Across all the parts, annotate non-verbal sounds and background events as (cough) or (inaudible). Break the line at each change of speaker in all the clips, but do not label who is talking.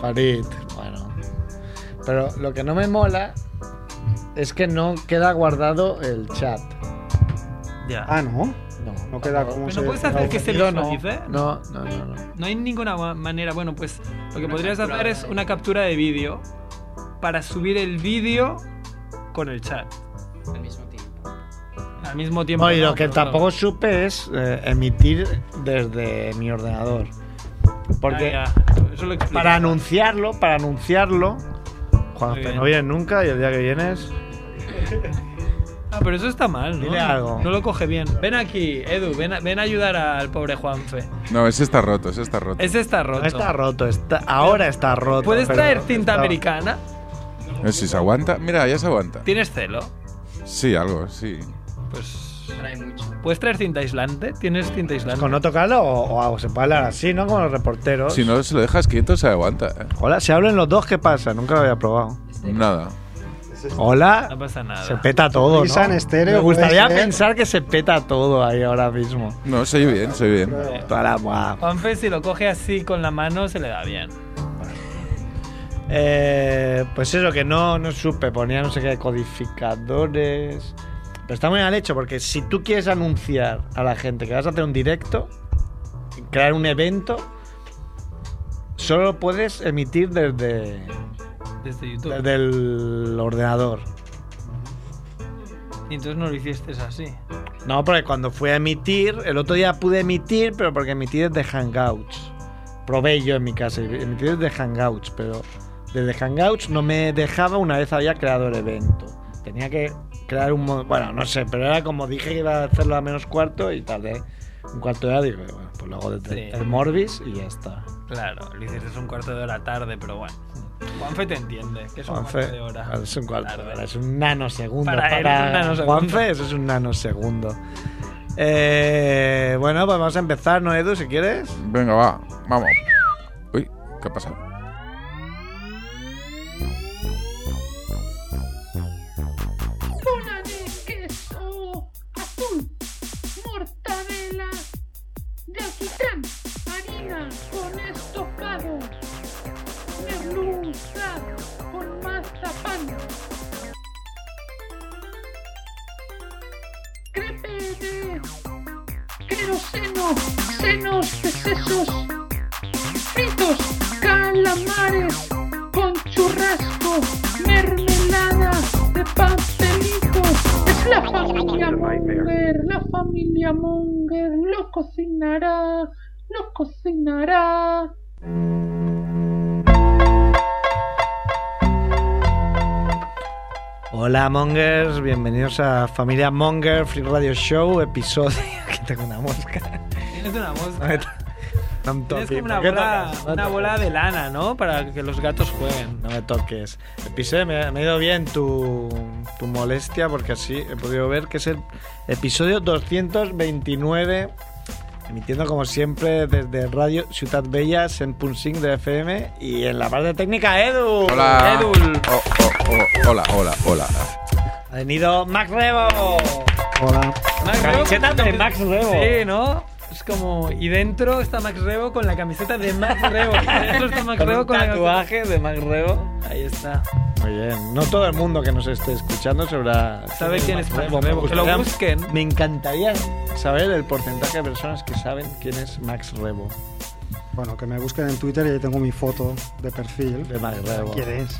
Farid, bueno. Pero lo que no me mola es que no queda guardado el chat.
Ya.
Ah, no.
No,
No queda como
Pero
se.
no puedes hacer que se
no,
visualice.
no, no, no, no.
eh? No hay ninguna ma- manera. Bueno, pues lo que
Una
podrías
captura
hacer
de
es
vídeo.
una captura de vídeo para subir el vídeo con el chat.
al mismo tiempo.
Al mismo tiempo.
No, y
no,
lo que
pero
tampoco
no.
supe es eh, emitir desde mi ordenador. Porque
Ah, ya. Eso lo explico.
para anunciarlo, para anunciarlo,
Muy
cuando te
bien.
no vienes nunca y el día que vienes,
Ah, pero eso está mal, (laughs) ¿no?
Dile algo.
No lo coge bien. Ven aquí, Edu, ven a, ven a ayudar al pobre Juanfe.
No, ese está roto, ese está roto.
Ese está roto.
está roto, está, ahora está roto.
¿Puedes
pero
traer tinta
estaba-
americana?
No, Eh, Si se aguanta. Mira, ya se aguanta.
¿Tienes celo?
Sí, algo, sí.
Pues.
Trae mucho.
¿Puedes traer cinta aislante? ¿Tienes cinta aislante?
Con no tocarlo o, o se puede hablar así, ¿no? Como los reporteros.
Si no se lo dejas quieto, se aguanta.
Oh.
eh.
Hola, se hablan los dos, ¿qué pasa? Nunca lo había probado.
Nada.
No
Hola,
pasa nada.
se peta todo.
Nissan
¿no?
estéreo,
Me gustaría
puede ser.
pensar que se peta todo ahí ahora mismo.
No, soy bien, soy bien.
Toda la- buah.
Juanfe, si lo coge así con la mano, se le da bien.
Eh, pues eso, que no, no supe, ponía no sé qué codificadores. Pero está muy mal hecho, porque si tú quieres anunciar a la gente que vas a hacer un directo, crear un evento, solo lo puedes emitir desde,
Desde YouTube.
desde el ordenador.
Y entonces no lo hiciste así.
No, porque cuando fui a emitir, el otro día pude emitir, pero porque emití desde Hangouts. Probé yo en mi casa, y emití desde Hangouts, pero desde Hangouts no me dejaba una vez había creado el evento. Tenía que crear un... mo- Bueno, no sé, pero era como dije que iba a hacerlo a menos cuarto y tardé un cuarto de hora. Digo, bueno, pues lo hago desde
Sí.
el Morbis y ya está.
Claro, lo hiciste un cuarto de hora tarde, pero bueno. Juanfe te entiende, que es un
Juanfe,
cuarto de hora.
Es un cuarto de
Tarde.
hora, es un nanosegundo.
Para él es un nanosegundo.
Juanfe, eso es un nanosegundo. Eh, bueno, pues vamos a empezar, ¿no, Edu, si quieres?
Venga, va, vamos. Uy, ¿qué ha pasado?
bola de queso azul, mortadela de alquitrán, harina con estofado, merluza con mazapán, crepe de queroseno, senos de sesos, fritos, calamares con churrasco, mermelada de pastelito. Es la familia Munger, la familia Munger lo cocinará, lo cocinará.
Hola Mongers, bienvenidos a Familia Monger Free Radio Show, episodio. (laughs) Aquí tengo una (laughs) mosca.
Tienes una
No
mosca.
me to- no me
Tienes
toques.
como una
Ah, ¿por qué
bola,
tocas? No me
una
toques.
bola de lana, ¿no? Para que los gatos jueguen.
No me toques. Episodio, me, me ha ido bien tu, tu molestia porque así he podido ver que es el episodio 229, emitiendo como siempre desde Radio Ciudad Bella, 100.5 de FM y en la parte técnica Edu.
Hola.
Edul.
Oh, oh, oh, hola, hola, hola.
Ha venido Max Rebo.
Hola.
Max Rebo
Camiseta
con la
de
camis-
Max Rebo.
Sí, ¿no? Es como. Y dentro está Max Rebo con la camiseta
(laughs)
de Max Rebo. Y dentro está Max
Con
Rebo
un
con la camiseta.
tatuaje de Max Rebo.
Ahí está.
Muy bien. No todo el mundo que nos esté escuchando sabrá.
Sabe quién es Max
Me
Rebo. Que lo
gustaría-
busquen.
Me encantaría saber el porcentaje de personas que saben quién es Max Rebo.
Bueno, que me busquen en Twitter y ahí tengo mi foto de perfil.
De Max Rebo.
¿Quién es?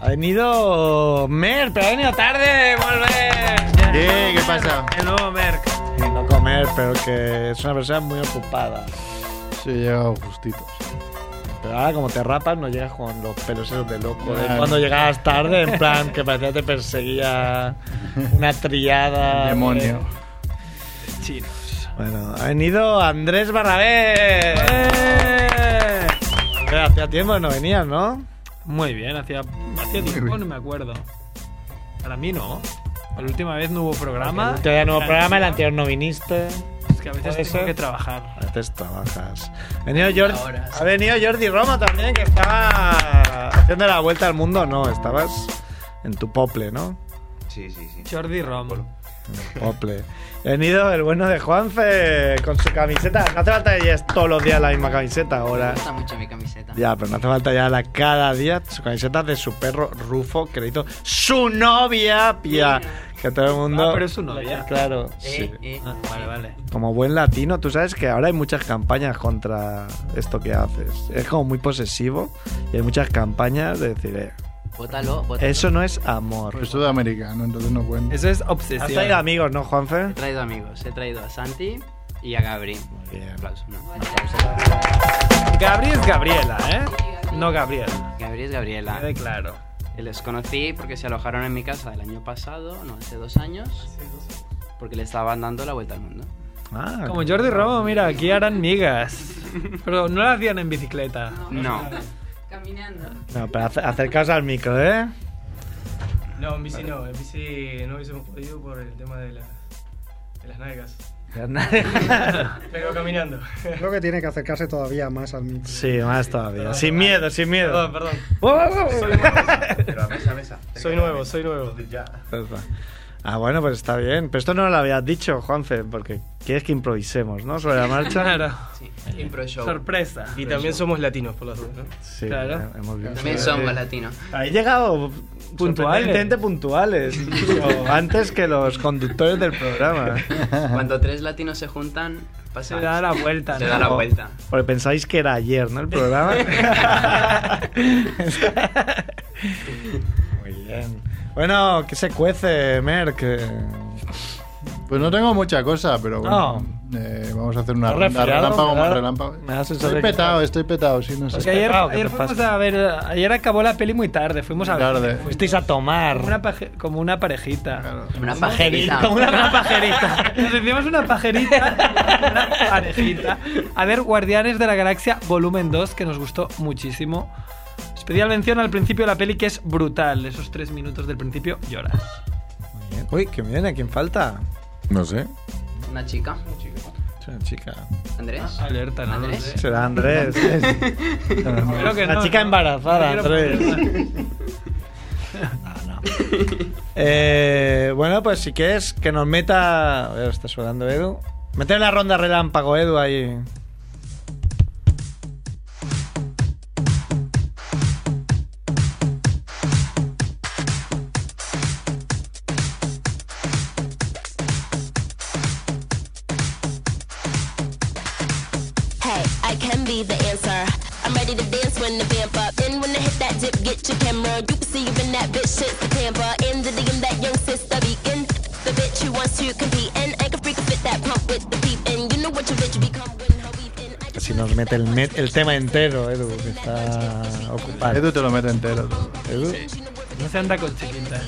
Ha venido Mer, pero ha venido tarde. Volver.
Eh, ¿Qué pasa?
El nuevo Merck.
No comer, pero que es una persona muy ocupada.
Sí, he llegado justito.
Pero ahora como te rapas no llegas con los pelos esos de loco. De
Claro.
cuando llegabas tarde, en plan que parecía que te perseguía una triada. de-
Demonio.
Chinos.
Bueno, ha venido Andrés Barrabé.
¡Eh!
Pero Hacía tiempo que no venías, ¿no?
Muy bien, hacía, hacía tiempo, no me acuerdo. Para mí no. La última vez no hubo programa.
Te da nuevo
La
programa, el
anterior-
anterior no viniste.
Es que a veces
¿Puede
tengo
ser?
que trabajar.
A veces trabajas. Ha venido, Jordi,
Ahora.
ha venido Jordi Roma también, que estaba haciendo la vuelta al mundo. No, estabas en tu pople, ¿no?
Sí, sí, sí.
Jordi Ah, Rom.
Pople. Y Han ido el bueno de Juanfe con su camiseta. No hace falta que lleves todos los días la misma camiseta ahora.
Me gusta mucho mi camiseta.
Ya, pero no hace falta ya la cada día su camiseta de su perro Rufo, que le hizo su novia, pía. Que todo el mundo.
Ah, pero es su novia.
Claro.
Eh,
sí.
eh,
Ah, vale,
eh.
vale.
Como buen latino, tú sabes que ahora hay muchas campañas contra esto que haces. Es como muy posesivo y hay muchas campañas de decir, eh,
Bótalo, bótalo.
eso no es amor.
Pues sudamericano, entonces no cuenta.
Eso es
Has
obsesión.
traído amigos, ¿no, Juanfe?
He traído amigos. He traído a Santi y a Gabri.
bien.
Aplauso. No,
Gabriel es Gabriela, ¿eh? No Gabriel.
Gabri es Gabriela.
Quede claro.
Les conocí porque se alojaron en mi casa el año pasado, no, hace dos años. Porque le estaban dando la vuelta
(laughs)
al mundo.
Ah,
Como Jordi Romo, mira, aquí harán migas. Pero no las hacían en bicicleta.
No.
Caminando.
No, pero ace- acercaos al micro, ¿eh?
No, en bici no, en bici no hubiésemos podido por el tema de, la- de las nalgas. Pero caminando.
Creo que tiene que acercarse todavía más al micro.
Sí, más todavía. Sin miedo, sin miedo. Oh,
Perdón, perdón.
Oh,
Pero a mesa, mesa.
Soy nuevo, soy nuevo.
Ya.
(laughs) Ah, bueno, pues está bien. Pero esto no lo habías dicho, Juanfe, porque quieres que improvisemos, ¿no? Sobre la marcha.
Claro.
Sí. Impro show.
Sorpresa.
Y también somos latinos por las dudas, ¿no?
Sí,
Claro.
hemos visto.
También somos latinos.
Habéis llegado
Puntuales.
sorprendentemente puntuales. (laughs) incluso antes que los conductores del programa.
Cuando tres latinos se juntan, pasa.
Se da la vuelta,
Se
¿no?
da la vuelta.
Porque pensáis que era ayer, ¿no? El programa. Muy bien. (laughs) Bueno, que se cuece, Merck.
Pues no tengo mucha cosa, pero bueno. Eh, vamos a hacer una ronda relámpago más relámpago.
Me da sensación que-
Estoy petado, estoy petado, sí, no sé.
Porque ayer,
Pau, ¿qué
ayer
te
fuimos
pasa?
a ver. Ayer acabó la peli muy tarde. Fuimos a ver.
Tarde.
Fuisteis a tomar.
Como una, paje- como una parejita.
Claro.
Una pajerita.
Como una-
Una pajerita. Nos hicimos una pajerita. Una parejita. A ver, Guardianes de la Galaxia Volumen 2, que nos gustó muchísimo. Especial mención al principio de la peli, que es brutal. Esos tres minutos del principio lloras.
Muy bien. Uy, que viene, ¿a quién falta?
No sé.
Una chica.
Es una chica.
Andrés.
Ah, Alerta, ¿no?
Andrés.
sé.
Será Andrés.
(laughs) Creo que
Una
no,
chica
¿no? este
embarazada,
No quiero
este
Andrés. (laughs) Eh, bueno, pues si quieres que nos meta. A ver, está sudando Edu. Meter la ronda relámpago, Edu, ahí.
Hey, I can be the answer. I'm ready to dance when the vamp up. Then when I hit that dip, get your camera. You can see you in that bitch shit, the tamper. In the DM, that young sister beacon. The bitch who wants to compete. And I can freak fit that pump with the peep. And you know what your bitch become when her weeping. I just
Si
wanna
nos
get
mete el,
that
me-
punch
el tema entero, Edu, que está ocupado.
Edu te lo mete entero. tú.
Edu.
No se anda con chiquitas.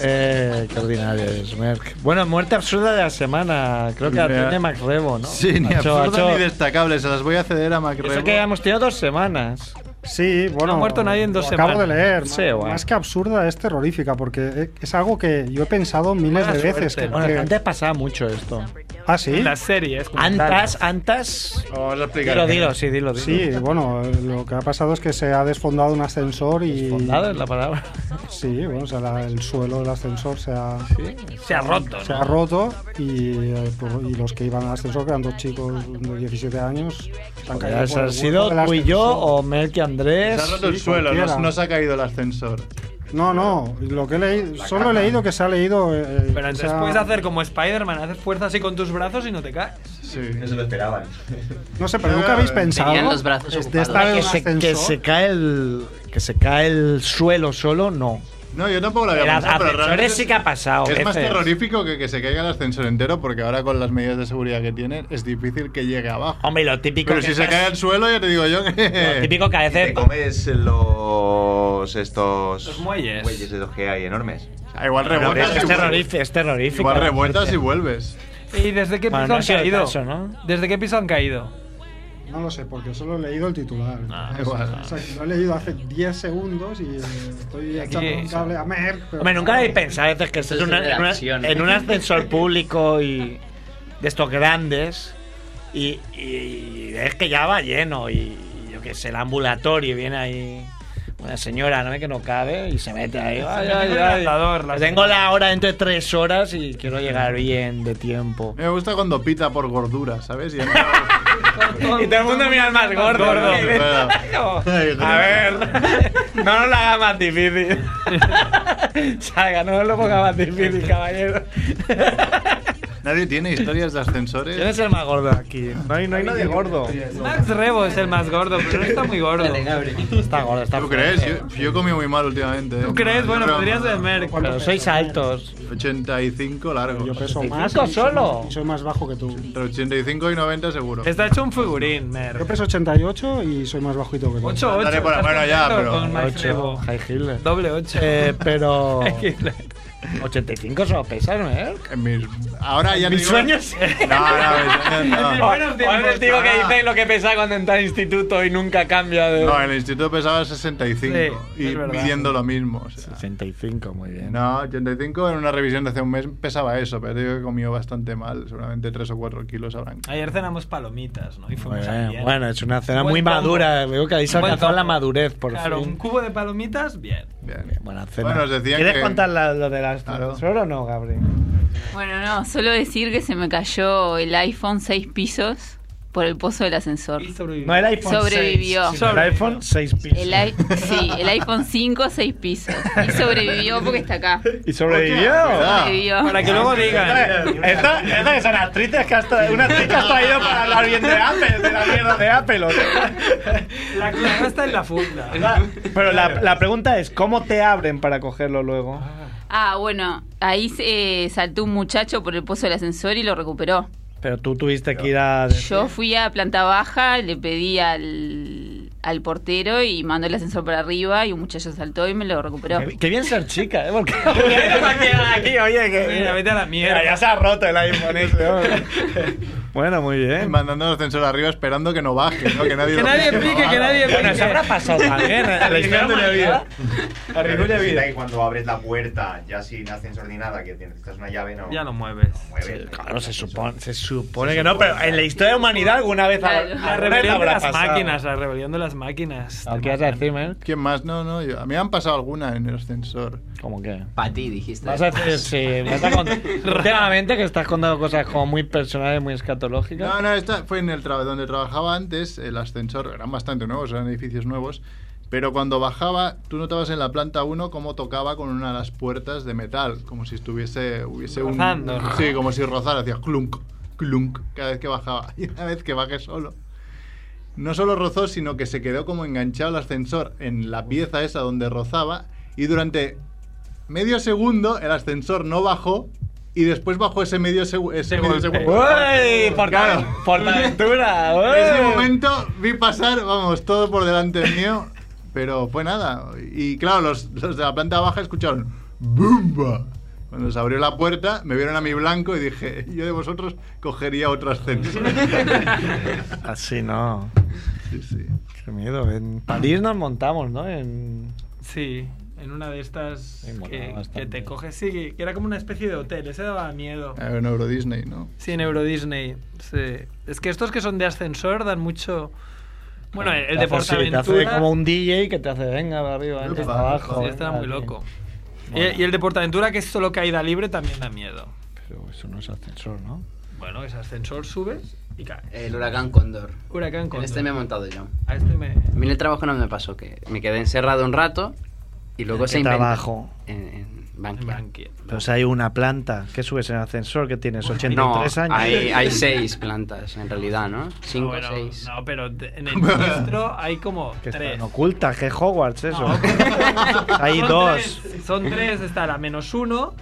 Eh, qué ordinario es, Merck. Bueno, muerte absurda de la semana. Creo que la
Mira.
tiene MacRebo, ¿no?
Sí, ni
Ha hecho- ha
absurdo
hecho-
ni destacable, se las voy a ceder a Macrebo.
Eso que hemos tenido dos semanas.
Sí, bueno.
ha muerto nadie en dos
lo Acabo de
semanas.
leer.
Sí,
Ma-
guay.
Más que absurda, es terrorífica, porque es algo que yo he pensado miles de
Mala
veces.
suerte.
que-
Bueno,
que-
antes pasaba mucho esto.
Ah, sí.
Las series. como tal.
Antas, antas.
Lo Vamos a explicar.
Dilo, dilo, sí, dilo, dilo.
Sí, bueno, lo que ha pasado es que se ha desfondado un ascensor y.
Fondado es la palabra.
Sí, bueno, o sea, la- el suelo del ascensor se ha,
Se ha roto.
se ha roto y, eh, por- y los que iban al ascensor, que eran dos chicos de 17 años, se han caído. por el
¿Has
hueco
sido
del
tú y yo
ascensor.
o Melky
Se
Andrés?
ha roto el
Sí,
suelo,
cualquiera.
no, no se ha caído el ascensor.
No, no, lo que he leído, solo he leído que se ha leído. eh,
Pero
o
entonces
sea,
puedes hacer como Spider-Man, haces fuerza así con tus brazos y no te caes.
Sí.
No se lo esperaban.
No sé, pero nunca habéis pensado.
Tenían los brazos
es de
ocupados.
estar en
Que
un
se, que
ascensor.
se cae el que se cae el suelo solo, no.
No, yo tampoco lo había
El
pensado, pero realmente
ascensor sí que ha pasado.
Es más
veces.
terrorífico que que se caiga el ascensor entero, porque ahora con las medidas de seguridad que tienen es difícil que llegue abajo.
Hombre, lo típico
Pero
que
si se
estás-
cae al suelo, ya te digo yo
lo
(laughs) que.
típico que a
Y te
veces
comes los. estos.
Los muelles.
Muelles esos que hay enormes.
Ah, Igual
Pero
rebotas.
es,
y vuelves.
terrorífico, es terrorífico.
Igual revueltas y
(laughs)
vuelves.
¿Y desde qué piso
Bueno, no ha
han
sido el
caído?
caso, ¿no?
¿Desde qué piso han caído?
No lo sé, porque solo he leído el titular.
igual.
O sea, que lo he leído hace 10 segundos y eh, estoy
Aquí-
echando un cable a Mer. pero-
Hombre, nunca habéis pensado a veces que esto es ¿eh?
Esto
una-
es
en, una-
interacción.
en un ascensor público y de estos grandes y, y- y es que ya va lleno y yo que sé, el ambulatorio y viene ahí Una señora, ¿no? Que no cabe y se mete ahí. Ay,
mete
ay,
con el
ay.
andador, la
Tengo
señora.
la hora entre tres horas y quiero llegar bien de tiempo.
Me gusta cuando pita por gordura, ¿sabes?
(laughs)
Y
Y todo el mundo mira al más gordo.
Gordo,
¿no? A ver, no nos la haga más difícil. (laughs) Salga, no nos lo ponga más difícil, caballero.
Nadie tiene historias de ascensores.
¿Quién es el más gordo aquí? No hay, no hay nadie gordo.
Max Rebo es el más gordo, pero no está muy gordo.
Está gordo, está
¿Tú
fuerte.
crees? Yo, yo he comido muy mal últimamente. ¿eh?
¿Tú crees? Bueno, podrías ser Merck.
Pero sois altos.
85 largo.
Yo peso más.
¿Cinco
y soy
solo?
más- y soy más bajo que tú.
Entre 85 y 90 seguro.
Está hecho un figurín,
Yo
Merck.
peso 88 y soy más bajito que tú.
8, 8.
Andaré por la- bueno, ya, pero-
Con Max
Ocho.
Rebo.
High Hitler.
Doble 8.
Eh, (laughs) pero... 85 solo pesas, ¿no? eh?
En mis- Ahora ya
Mis
digo-
sueños.
(laughs) No, no, mis sueños no.
Buenos tiempos.
Ahora el tío que dice lo que pesaba cuando entra al instituto y nunca cambia de...
No, en el instituto pesaba 65
Sí,
y
es verdad.
midiendo lo mismo. o sea.
65, muy bien.
No, 85 en una revisión de hace un mes pesaba eso, pero te digo que he comido bastante mal, seguramente 3 o 4 kilos habrán.
Ayer cenamos palomitas, ¿no? Y fuimos a
Bueno,
Viena.
bueno, es una cena
Buen
muy
combo.
madura. Veo que ahí se
Buen
alcanzó la
combo.
madurez, por
Claro, un
fin.
cubo de palomitas, bien.
Bien.
Buena cena.
Bueno, os decía
¿Quieres
que-
contar la- lo del ascensor
Claro.
o no, Gabriel?
Bueno, no, solo decir que se me cayó el iPhone 6 pisos por el pozo del ascensor.
Y sobrevivió.
No, el iPhone
Sobrevivió.
6. sino El
Sobrevivió.
iPhone 6 pisos.
El i- sí, el iPhone 5, 6 pisos. Y sobrevivió porque está acá.
¿Y sobrevivió?
Cuidado.
Sobrevivió.
Para que luego digan.
Esta, esta que son actrices que has traído, una actriz que has traído para hablar bien de Apple, de la mierda de Apple. o sea.
La clave está en la funda.
(laughs)
Pero la, la pregunta es, ¿cómo te abren para cogerlo luego?
Ah, bueno, ahí eh, saltó un muchacho por el pozo del ascensor y lo recuperó.
Pero tú tuviste que ir a...
Yo fui a planta baja, le pedí al, al portero y mandó el ascensor para arriba y un muchacho saltó y me lo recuperó.
Qué, qué bien ser chica, ¿eh?
(laughs)
Porque... aquí, oye, que...
Mira, vete a la mierda.
Mira, ya se ha roto el iPhone este, hombre. Bueno, muy bien.
Mandando el ascensor arriba esperando que no baje, ¿no? que nadie,
Que
lo
nadie
pise,
pique,
¿no?
que nadie pique.
Bueno, eso habrá
(laughs)
pasado también. ¿eh? La historia de la vida.
Pero necesita que cuando abres la puerta, ya sin ascensor ni nada, que necesitas una llave, no.
Ya lo mueves.
mueves, no
Claro, Ah, se
mueves.
supone, se supone que no, pero en la historia de la humanidad alguna vez
Claro.
alguna
La
vez
rebelión de
habrá
las
pasado.
máquinas, la rebelión de las máquinas.
¿Qué vas a decir, Merck?
¿Quién más? No, no, yo- a mí me han pasado alguna en el ascensor.
¿Cómo qué?
Para ti, dijiste.
Vas a hacer, sí, vas a contar. Últimamente que estás contando cosas como muy personales, muy escatológicas.
No, no, esta fue en el trabajo donde trabajaba antes, el ascensor, eran bastante nuevos, eran edificios nuevos, pero cuando bajaba, tú notabas en la planta 1 cómo tocaba con una de las puertas de metal, como si estuviese hubiese un
Rozando.
Sí, como si rozara, hacía clunk, clunk cada vez que bajaba, (laughs) y una vez que bajé solo. No solo rozó, sino que se quedó como enganchado el ascensor en la pieza esa donde rozaba y durante medio segundo el ascensor no bajó y después bajó ese medio, segu- ese
De
medio
golpe.
segundo.
¡Uy! Porta-
Claro.
¡Portaventura!
En ese
uy.
momento vi pasar, vamos, todo por delante mío, pero fue nada. Y claro, los, los de la planta baja escucharon ¡Bumba! Cuando se abrió la puerta, me vieron a mí blanco y dije, yo de vosotros cogería otro ascensor.
Así Ah, no.
Sí, sí.
Qué miedo. En París nos montamos, ¿no? En...
Sí, en una de estas
Me molaba
que,
bastante.
que te coges, sí, que era como una especie de hotel, ese daba miedo.
A ver, en Euro Disney, Eh, ¿no?
Sí, en Euro Disney. Sí. Es que estos que son de ascensor dan mucho. Bueno, el, el
Te hace
de
así, Te hace
Portaventura.
como un DJ que te hace venga para arriba, (laughs) venga
Upa,
para abajo. ¿eh?
Sí, este era
venga,
muy
aquí".
loco. Y, y el de Portaventura, que es solo caída libre, también da miedo.
Pero eso no es ascensor, ¿no?
Bueno, es ascensor, subes y caes.
El huracán Cóndor.
Huracán
En
con.
este me he montado yo.
A este me.
A mí en el trabajo no me pasó, que me quedé encerrado un rato y luego se
¿Qué
inventó.
trabajo?
En, en Bankia.
Bankia.
Pero si hay una planta, ¿qué subes en ascensor? que tienes? ¿83
No,
años?
hay, hay seis plantas en realidad, ¿no? Cinco,
Ah, Bueno,
seis.
No, pero te-
(laughs)
en el ministro hay como
Que
tres.
están ocultas, que es Hogwarts eso. hay
(laughs) Son
dos.
tres, son tres, está la menos uno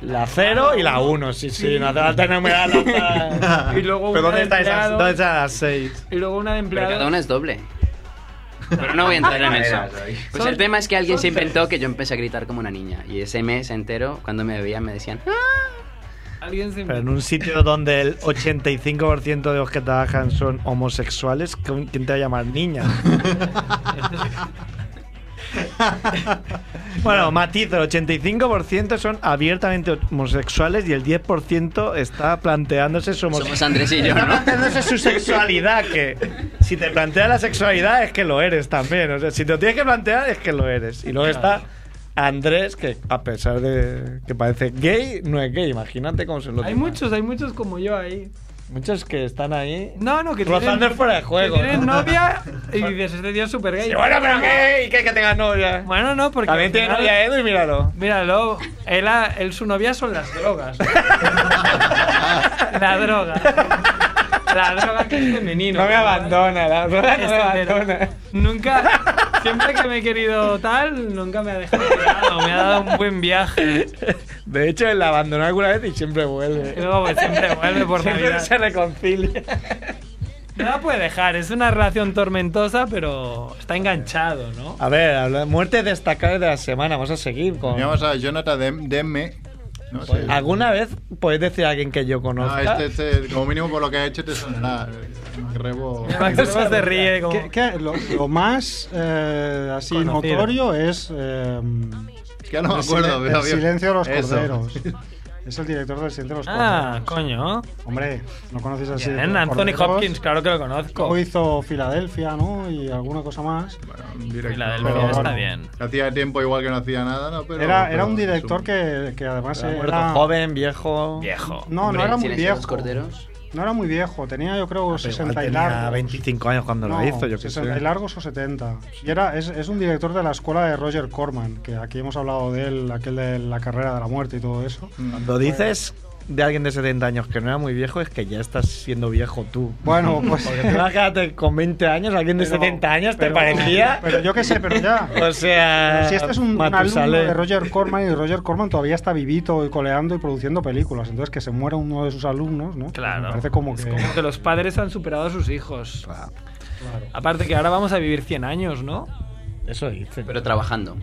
La 0 y la 1, sí, sí. No te vas a tener muy a
(laughs)
la
y luego
¿Pero
una de
dónde está esa?
empleados
¿Dónde está la 6?
y luego una de
Pero cada
empleados.
una es doble. Pero no voy a entrar en eso. Pues el tema es que alguien se inventó que yo empecé a gritar como una niña. Y ese mes entero, cuando me veían, me decían... "Ah".
Alguien se
Pero en un sitio donde el 85% de los que trabajan
(laughs)
son homosexuales, ¿con- ¿quién te va a llamar niña? Bueno, matizo, el 85% son abiertamente homosexuales y el 10% está planteándose su homosexualidad.
Somos Andrés y yo, ¿no?
Está planteándose su sexualidad, que si te planteas la sexualidad es que lo eres también. O sea, si te lo tienes que plantear es que lo eres. Y luego está Andrés, que a pesar de que parece gay, no es gay. Imagínate cómo se lo
Hay
toma.
muchos, hay muchos como yo ahí.
Muchos que están ahí.
No, no, que
Rozando
tienen,
el fuera de juego,
que
(laughs)
tienen
¿no?
novia y dices, este tío es súper gay.
Sí, bueno, pero ¿qué? ¿Y qué que tengas novia?
Bueno, no, porque...
También
al
tiene
final-
novia Edu y míralo.
Míralo, él, a- él, su novia son las
(laughs)
drogas. la droga. La droga que es femenino.
No me abandona, la droga no me
Estupendo.
abandona.
Nunca, siempre que me he querido tal, nunca me ha dejado tirado, me ha dado un buen viaje.
De hecho, él la abandonó alguna vez y siempre vuelve.
Y luego, pues, siempre vuelve por
Siempre
Navidad.
se reconcilia.
No la puede dejar, es una relación tormentosa, pero está enganchado, ¿no?
A ver, habla- muertes destacadas de la semana. Vamos a seguir con.
Teníamos a Jonathan Dem- Demme. No sé.
¿Alguna vez podéis decir a alguien que yo
No,
conozca?
este, este, como mínimo por lo que ha hecho te sonará. Rebo.
se ríe como-
Que- que lo, lo más eh, así
Conocido.
notorio es. eh,
que no me
el sil-
acuerdo, pero
El
había-
silencio de los
Eso.
corderos. Es el director del silencio de los
Ah,
corderos.
coño.
Hombre, no conoces así.
Bien, Anthony Hopkins, claro que lo conozco.
Luego hizo Filadelfia, ¿no? Y alguna cosa más.
Filadelfia
Pero
está
bueno,
bien.
Hacía tiempo igual que no hacía nada, ¿no? Pero,
era,
pero
era un director que, que además
Era
era.
muerto joven, viejo.
Viejo.
No,
Hombre,
no era muy
¿silencio de los
viejo.
corderos?
No era muy viejo, tenía yo creo 60
Ah,
y
Tenía
largos.
25 años cuando
No,
lo hizo, yo qué
60
sé.
y largos o 70. Y era, es, es un director de la escuela de Roger Corman, que aquí hemos hablado de él, aquel de la carrera de la muerte y todo eso.
Mm.
Pues,
Cuando dices de alguien de 70 años que no era muy viejo, es que ya estás siendo viejo tú. (laughs)
Bueno, pues-
Porque tú imagínate, con 20 años, alguien de
Pero-
70 años te
pero-
parecía.
Pero yo qué sé, pero ya.
(laughs) O sea,
Pero si este es un, un alumno
Matusalén.
de Roger Corman y Roger Corman todavía está vivito y coleando y produciendo películas, entonces que se muera uno de sus alumnos, ¿no?
Claro.
Me parece como que.
Como que los padres han superado a sus hijos.
Claro.
Aparte que ahora vamos a vivir 100 años, ¿no?
Eso dice.
Pero trabajando.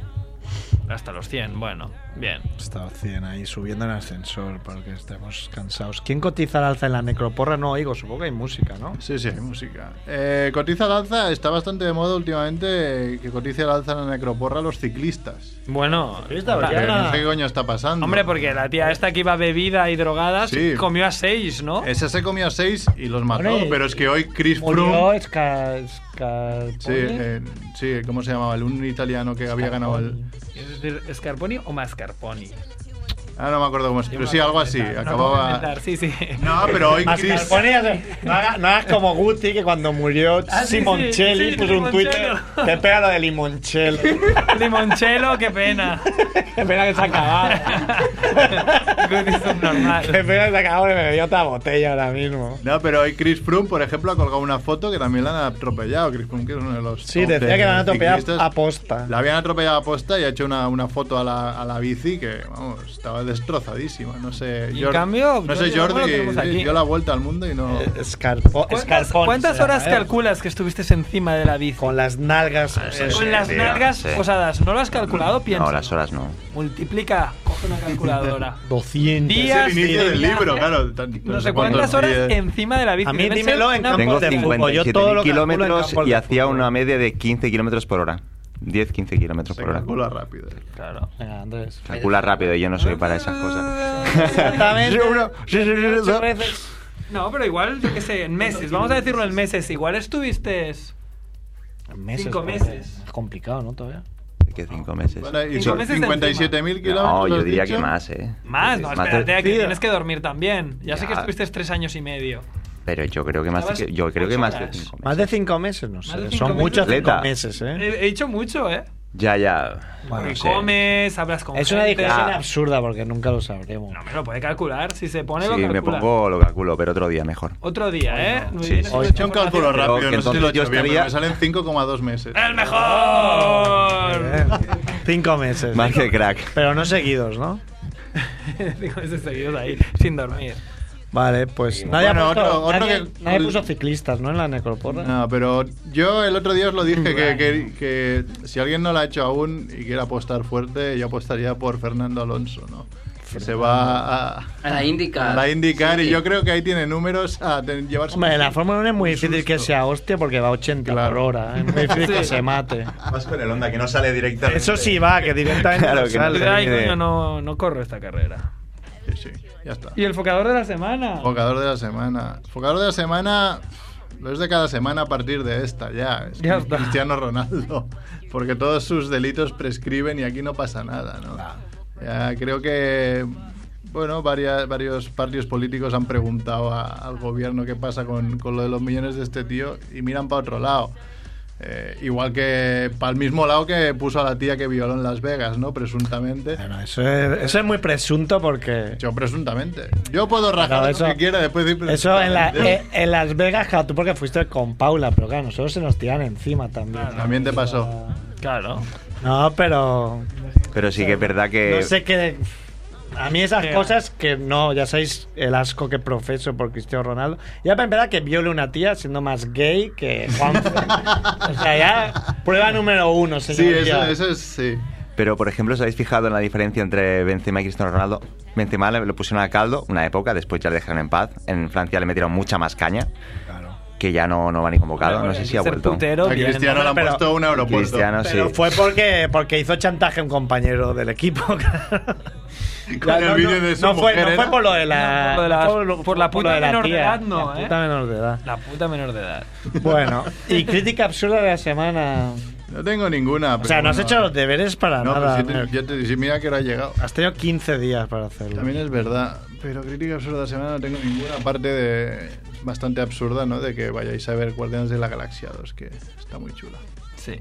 Hasta los 100, bueno, bien.
Estaba 100 ahí subiendo en ascensor porque estamos cansados. ¿Quién cotiza al alza en la necroporra? No oigo, supongo que hay música, ¿no?
Sí, sí, hay música. Eh, cotiza al alza, está bastante de moda últimamente eh, que cotiza al alza en la necroporra los ciclistas.
Bueno,
Porque
la-
No sé qué coño está pasando.
hombre, porque la tía esta que iba bebida y drogada
Sí.
comió a 6, ¿no?
Ese se comió a seis y los mató,
Hombre,
pero es que hoy Chris
Murió
Froome...
Scar- Scarponi.
Sí, eh, sí, ¿cómo se llamaba? El un italiano que había ganado el...
Es decir, ¿Scarponi o Mascarponi?
Ah, no me acuerdo cómo es, pero sí, algo así.
No, no puedo (laughs)
Acababa...
inventar, sí, sí.
No, pero hoy
Más
Chris...
Scarponi, o sea, no hagas no hagas como Guti que cuando murió
Ah, sí,
Simoncelli
sí, sí,
puso un Twitter
Limoncello.
te pega lo de Limoncelli.
(laughs) Limonchelo, qué pena.
(laughs) Qué pena que se acabara.
Guti subnormal.
Qué pena que se acabara y me dio otra botella ahora mismo.
No, pero hoy Chris Froome, por ejemplo, ha colgado una foto que también la han atropellado. Chris Froome, que es uno de los.
Sí, decía
top
que la han
de
atropellado
ciclistas.
a posta.
La habían atropellado a posta y ha hecho una, una foto a la, a la bici que, vamos, estaba destrozadísima. No sé.
Y en
Jordi-
cambio,
no sé,
Jordi Lobo
Jordi,
lo
que
tenemos aquí.
dio la vuelta al mundo y no.
Scarpo,
¿Cuántas,
Scarponi
cuántas
se
horas
llama, ¿eh?
calculas que estuviste encima de la bici?
Con las nalgas.
Ah,
eh,
Con las
sí,
nalgas
sí.
posadas. ¿No lo has calculado? Piensa.
No, las horas no.
Multiplica. Coge una calculadora.
200.
Es el
Días
inicio
de
del
viaje.
libro, claro. tan-
No sé
cuántos
cuántas horas
días.
encima de la bici.
A mí
Debe ser
dímelo en
una
campo
Tengo
de fútbol. Yo
57
todo lo calculo en
(laughs)
kilómetros
campos
y
de
hacía
fútbol.
una media de 15 kilómetros por hora. 10-15 kilómetros
Se
por hora.
calcula rápido.
Claro.
Venga, Andrés.
Calcula rápido, yo no soy para esas cosas. (laughs)
Exactamente. (laughs) Ocho veces.
No, pero igual, yo qué sé,
(laughs)
en meses. Vamos a decirlo en meses. Igual estuviste.
Meses, pues,
Cinco
porque
meses.
Es complicado, ¿no? Todavía.
que cinco meses.
Bueno, y
Cinco
son
meses de
57.000 kilómetros.
No, yo
¿has
diría
dicho?
que más, ¿eh?
Más, no,
Más de-
espérate, que
Tío.
tienes que dormir también. Ya, sé que
Ya.
estuviste tres años y medio.
Pero yo creo que más,
Estabas
de- yo creo que
ocho
más de
horas.
cinco
Más de cinco meses, no
Más de
sé.
cinco
Son
meses.
muchos cinco
Atleta.
meses, ¿eh?
He, he hecho mucho, ¿eh?
Ya, ya.
Bueno,
no
Porque
sé.
comes, hablas con
Es una
gente.
discusión
Ah.
absurda porque nunca lo sabremos.
No me lo puede calcular. Si se pone,
Sí,
lo calcula.
me pongo, lo calculo, pero otro día mejor.
Otro día, ¿eh? Muy
Sí,
bien,
sí.
muy
He
bien.
hecho un cálculo
Pero
rápido,
que
no sé si lo he
entonces yo
hecho bien, pero me
estaría-
salen 5,2 meses.
¡El mejor!
Cinco meses.
Más que crack.
Pero no seguidos, ¿no?
(laughs) Digo, ese seguido de ahí, sin dormir.
Vale, pues nadie,
Bueno,
ha puesto,
otro- otro
nadie-
que-
nadie puso ciclistas, ¿no? En la necroporra.
No, pero yo el otro día os lo dije que, que- que si alguien no lo ha hecho aún y quiere apostar fuerte, yo apostaría por Fernando Alonso, ¿no? se va a,
A la IndyCar.
a la IndyCar
Sí.
y yo creo que ahí tiene números a ten- llevarse.
Hombre, la Fórmula 1 es muy difícil que sea hostia porque va a 80 por hora. ¿eh? Es muy difícil que
Sí.
se mate.
Vas con el Honda, que no sale directamente.
Eso sí va, que directamente
Claro,
no
que no
sale.
te Ay, viene-
Coño, no, no corro esta carrera.
Sí, sí, ya está.
Y el focador de la semana.
Focador de la semana. Focador de la semana lo es de cada semana a partir de esta, ya. Es
Ya
Cri-
está.
Cristiano Ronaldo. Porque todos sus delitos prescriben y aquí no pasa nada, ¿no? Ya creo que. Bueno, varias- varios partidos políticos han preguntado a- al gobierno qué pasa con, con lo de los millones de este tío y miran para otro lado. Eh, igual que para el mismo lado que puso a la tía que violó en Las Vegas, ¿no? Presuntamente.
Eso es, eso es muy presunto porque.
Yo presuntamente. Yo puedo rajar
Claro,
de
eso-
lo que quiera después de ir
Eso en, la-
presuntamente.
eh, en Las Vegas, claro, tú porque fuiste con Paula, pero claro, nosotros se nos tiran encima también.
También te pasó.
Claro. No, pero.
Pero sí que es verdad que.
No sé qué. A mí esas cosas que no, ya sabéis el asco que profeso por Cristiano Ronaldo. Ya para empezar que viole una tía siendo más gay que
(laughs)
Juan. o sea, ya prueba número uno,
Sí,
señor.
eso,
ya.
eso es. Sí.
Pero, por ejemplo, ¿os habéis fijado en la diferencia entre Benzema y Cristiano Ronaldo? Benzema le- lo pusieron al caldo una época, después ya le dejaron en paz. En Francia le metieron mucha más caña, que ya no, no va ni convocado. No sé si ha vuelto.
A bien, Cristiano ¿no? le han Pero- puesto un aeropuerto.
Cristiano, sí.
Pero fue porque, porque hizo chantaje a un compañero del equipo. (laughs) Ya,
el
no,
vídeo
no,
de su
no fue,
mujer, ¿eh?
no
¿era?
fue por lo de la.
Por lo de la-
por lo-
por la
por
puta
lo de
menor de
tía.
edad, no,
La
¿eh?
puta menor de edad.
La puta menor de edad.
Bueno, y crítica absurda de la semana.
No tengo ninguna.
O sea, no has hecho los deberes para
No,
nada.
pero si te-
Merck.
yo te dije, mira que hora ha llegado.
Has tenido 15 días para hacerlo.
También es verdad. Pero crítica absurda de la semana no tengo ninguna. Aparte de. Bastante absurda, ¿no? De que vayáis a ver Guardianes de la Galaxia 2, que está muy chula.
Sí.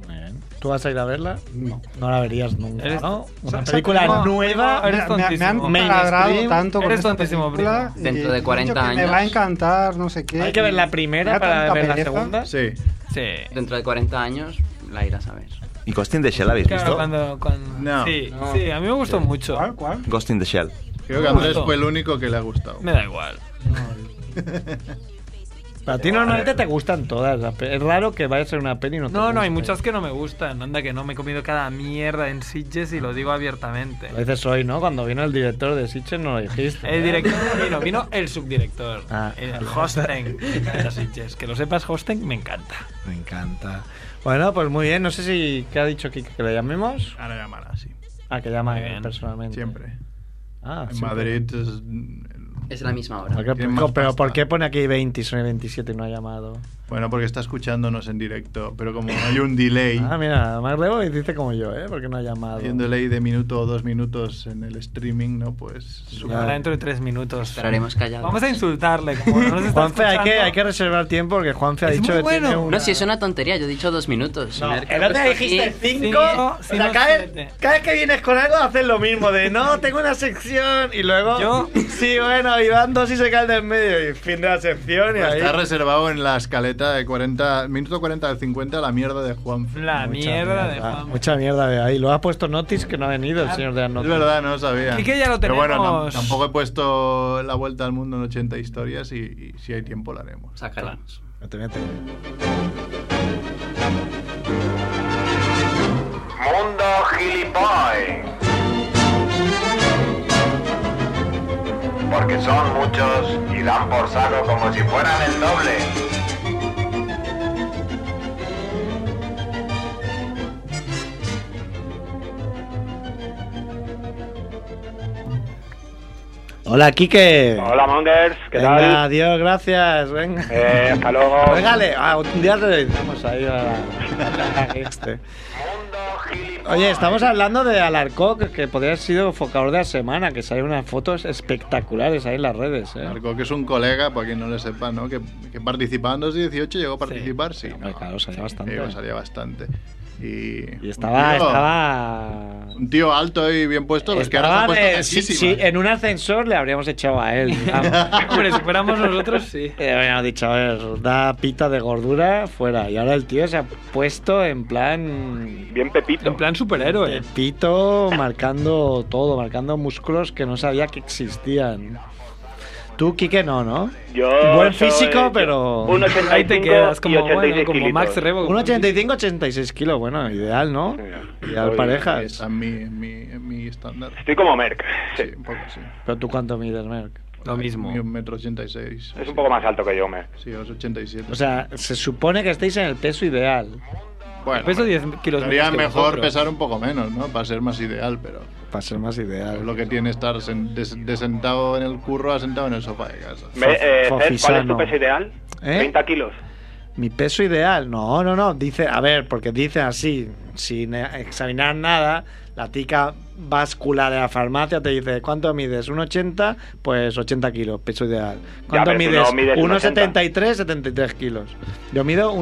¿Tú vas a ir a verla? No. No la verías nunca,
Eres-
¿no? Una
o sea,
película
primo,
nueva.
primo, eres
me- me-
tontísimo.
Ah, me han
taladrado
mainstream.
tanto con
Eres
esta
tontísimo,
película
primo.
y
Dentro de
me han
40
dicho que Me
años.
va a encantar, no sé qué.
Hay que ver la primera
Me da
para
tanta
ver la
pereza.
segunda.
Sí.
Sí.
Dentro de 40 años la irás a ver.
¿Y Ghost in the Shell la habéis
Claro,
visto?
cuando, cuando...
No.
Sí,
No.
sí, a mí me gustó mucho. ¿Cuál?
¿Cuál?
Ghost in the Shell.
Creo que a Andrés fue el único que le ha gustado.
Me da igual.
Pero a ti normalmente te gustan todas. la pe- Es raro que vayas a una peli y no te
No, no, hay
guste.
muchas que no me gustan. Anda, que no me he comido cada mierda en Sitges y lo digo abiertamente.
Lo dices hoy, ¿no? Cuando vino el director de Sitches no lo dijiste. ¿eh?
El
¿no?
director no vino, vino el subdirector.
Ah,
el
vale.
Hosteng. de Sitges. Que lo sepas, Hosteng me encanta.
Me encanta. Bueno, pues muy bien. No sé si... ¿Qué ha dicho Kike? ¿Que le llamemos?
Ahora llamará, sí.
Ah, que llama él personalmente.
Siempre.
Ah,
en
siempre.
Madrid es.
Es la misma hora.
¿Por qué-
Tiene más
pero
pasta.
¿por qué pone aquí 20 y son 27 y no ha llamado?
Bueno, porque está escuchándonos en directo, pero como (laughs) hay un delay.
Ah, mira, Mark Rebo dice como yo, ¿eh? Porque no ha llamado.
Haciendo ley de minuto o dos minutos en el streaming, ¿no? Pues.
Ahora dentro de tres minutos.
Estaremos callados.
Vamos a insultarle. Como no nos está
Juanfe, hay que,
escuchando.
hay que reservar tiempo porque Juanfe ha dicho que tiene una...
No, si es una tontería, yo he dicho dos minutos.
No,
Merck,
el
ha
otro día
puesto
dijiste
aquí-
5. O
sí,
sea,
no,
cada,
siete.
vez- cada vez que vienes con algo haces lo mismo, de no,
(laughs)
tengo una sección y luego...
Yo-
Sí, bueno, y van dos y se cae el del medio y fin de la sección y
Pero
ahí...
Pues Está reservado en la escaleta de 40, minuto 40 al 50, la mierda de Juan.
La mierda de Juan.
Mucha mierda de ahí. Lo ha puesto Notis que no ha venido el señor de las
Ah. Es
Notis.
verdad, no lo sabía.
Y que ya lo
Pero bueno, tam-
tenemos.
tampoco he puesto la vuelta al mundo en 80 historias y, y si hay tiempo la haremos.
Sácala.
No te metes.
Mundo gilipollas.
Porque son muchos y dan por saco como si fueran el doble.
Hola, Quique.
Hola, Mongers, ¿qué
Eh. venga,
tal?
adiós, gracias. Venga.
Eh, hasta luego.
(laughs) Véngale, ah, un día le decimos ahí a
(laughs)
la- a este. Oye, estamos hablando de Alarcón, que podría haber sido focador de la semana, que salen unas fotos espectaculares ahí en las redes. ¿eh?
Marco, que es un colega, para quien no le sepa, ¿no? Que, que participaba en 2018, llegó a participar, sí. ¿no?
Claro, salía bastante.
Sí, salía bastante. Y,
Estaba,
un tío-
estaba.
Un tío alto y bien puesto, los que ahora se han
estaba
puesto ¿eh?
de- si, si
carísimas.
en un ascensor le habríamos echado a
(laughs)
él. digamos.
Hombre, si fuéramos nosotros, sí.
Le habíamos dicho, a ver, da pita de gordura, fuera. Y ahora el tío se ha puesto en plan.
Bien Pepito.
En plan superhéroe.
Pepito marcando todo, marcando músculos que no sabía que existían. Tú, Quique, no, ¿no?
Yo
Buen
soy-
físico,
yo-
pero.
un 85 Ahí te quedas, como, y 86 bueno, como Max kilitos. Rebo,
Un
como
85, 86 kilos, bueno, ideal, ¿no? Ideal
Soy-
parejas.
A mi, en mi, en mi estándar.
Estoy como Merck.
Sí, un poco, sí.
Pero tú, ¿cuánto mides, Merck?
Lo mismo. Un metro ochenta y seis.
Es un poco más alto que yo, Merck.
Sí, os ochenta y siete.
O sea, se supone que estáis en el peso ideal.
Bueno,
peso 10 kilos
Sería
menos que
mejor
vosotros.
pesar un poco menos, ¿no? Para ser más ideal, pero...
Para ser más ideal.
Lo que tiene estar sen- de, de sentado en el curro a sentado en el sofá de casa.
Me- eh, Cés, ¿Cuál es
Fofisano.
tu peso ideal?
¿Eh?
30 kilos.
Mi peso ideal, no, no, no. Dice, a ver, porque dice así, sin eh, examinar nada, la tica báscula de la farmacia te dice, ¿cuánto mides? ¿1,80? Pues 80 kilos, peso ideal. ¿Cuánto
pero tú
mides?
no mides
1,73, 73 kilos. Yo mido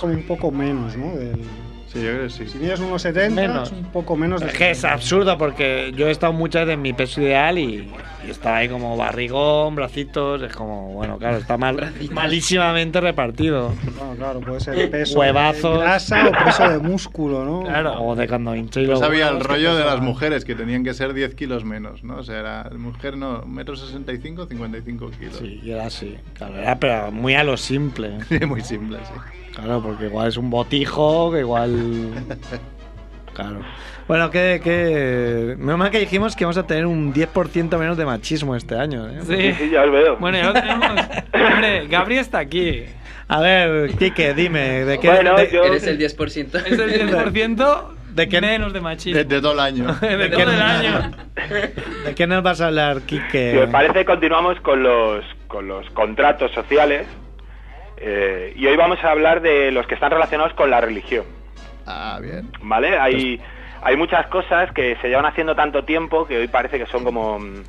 1,73.
como un poco menos, ¿no? Del-
Sí, yo creo que sí.
Si mides unos 70,
Menos.
es un poco menos de
Es que es absurdo porque yo he estado muchas veces en mi peso ideal y, y estaba ahí como barrigón, bracitos, es como, bueno, claro, está
(laughs)
mal, malísimamente repartido.
Bueno, claro, puede ser peso
Huevazos.
de grasa o peso de músculo, ¿no?
Claro. O de cuando hinché y
Pues
luego-
había el rollo de las mujeres, que tenían que ser 10 kilos menos, ¿no? O sea, era mujer, no, metro 65, 55 kilos.
Ah, Sí, y era así. Claro, era pero muy a lo
(laughs)
simple.
muy simple, sí.
Claro, porque igual es un botijo, que
(laughs)
igual... Claro. Bueno, que... que... Menos mal que dijimos que vamos a tener un 10% menos de machismo este año. ¿eh?
ya lo veo.
Bueno, ya lo tenemos. (laughs) Hombre, Gabri está aquí.
A ver, Quique, dime, ¿de qué, de,
Eres
(laughs)
el 10%.
Es el 10%
de qué-
menos de machismo.
De todo el año.
(laughs) De todo el año.
de qué nos vas a hablar,
Si
Quique?
os parece, continuamos con los, con los contratos sociales. Eh, y hoy vamos a hablar de los que están relacionados con la religión.
Ah, bien.
¿Vale? Hay,
Pues-
hay muchas cosas que se llevan haciendo tanto tiempo que hoy parece que son como mm,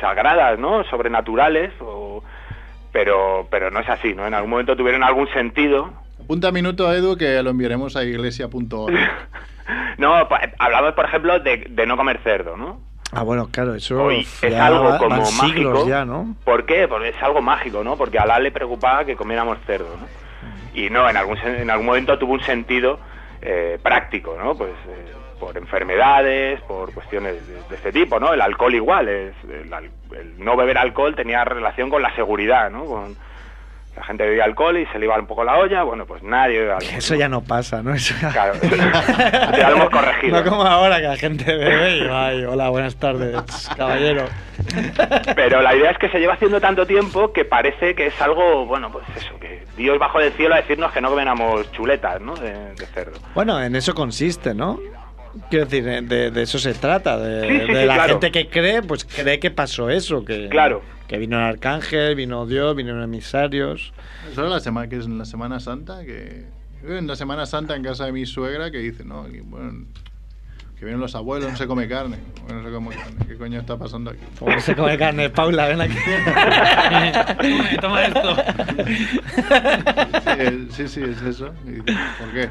sagradas, ¿no? Sobrenaturales, o- pero, pero no es así, ¿no? En algún momento tuvieron algún sentido.
Apunta minuto, Edu, que lo enviaremos a iglesia.org.
(laughs) No, pa- hablamos, por ejemplo, de, de no comer cerdo, ¿no?
Ah, bueno, claro, eso
Hoy es
ya
algo
va-
como
van siglos
mágico.
ya, ¿no?
¿Por qué? Porque es algo mágico, ¿no? Porque a Alá le preocupaba que comiéramos cerdo, ¿no? Y no, en algún, sen- en algún momento tuvo un sentido eh, práctico, ¿no? Pues eh, por enfermedades, por cuestiones de, de este tipo, ¿no? El alcohol igual, es, el, al- el no beber alcohol tenía relación con la seguridad, ¿no? Con, la gente bebía alcohol y se le iba un poco la olla, bueno, pues nadie
(laughs)
bebe alcohol.
Eso ya no pasa, ¿no? Eso ya- (laughs)
Claro, ya lo hemos corregido.
No como ahora que la gente bebe y va y, hola, buenas tardes, caballero.
Pero la idea es que se lleva haciendo tanto tiempo que parece que es algo, bueno, pues eso, que Dios bajo del cielo a decirnos que no comiéramos chuletas, ¿no? De, de cerdo.
Bueno, en eso consiste, ¿no? Quiero decir, eh, de, de eso se trata, de,
Sí, sí,
de
sí,
la
claro.
gente que cree, pues cree que pasó eso, que,
Claro.
que vino el arcángel, vino Dios, vinieron emisarios.
Eso era la semana, que es en la Semana Santa, que... En la Semana Santa en casa de mi suegra que dice, no, que, bueno, que vienen los abuelos, no se come carne. Bueno, no se come carne. ¿Qué coño está
(laughs)
pasando aquí? (laughs)
Como se come carne, Paula, ven aquí.
Toma esto.
Eh, sí, sí, es eso. Y dice, ¿Por qué?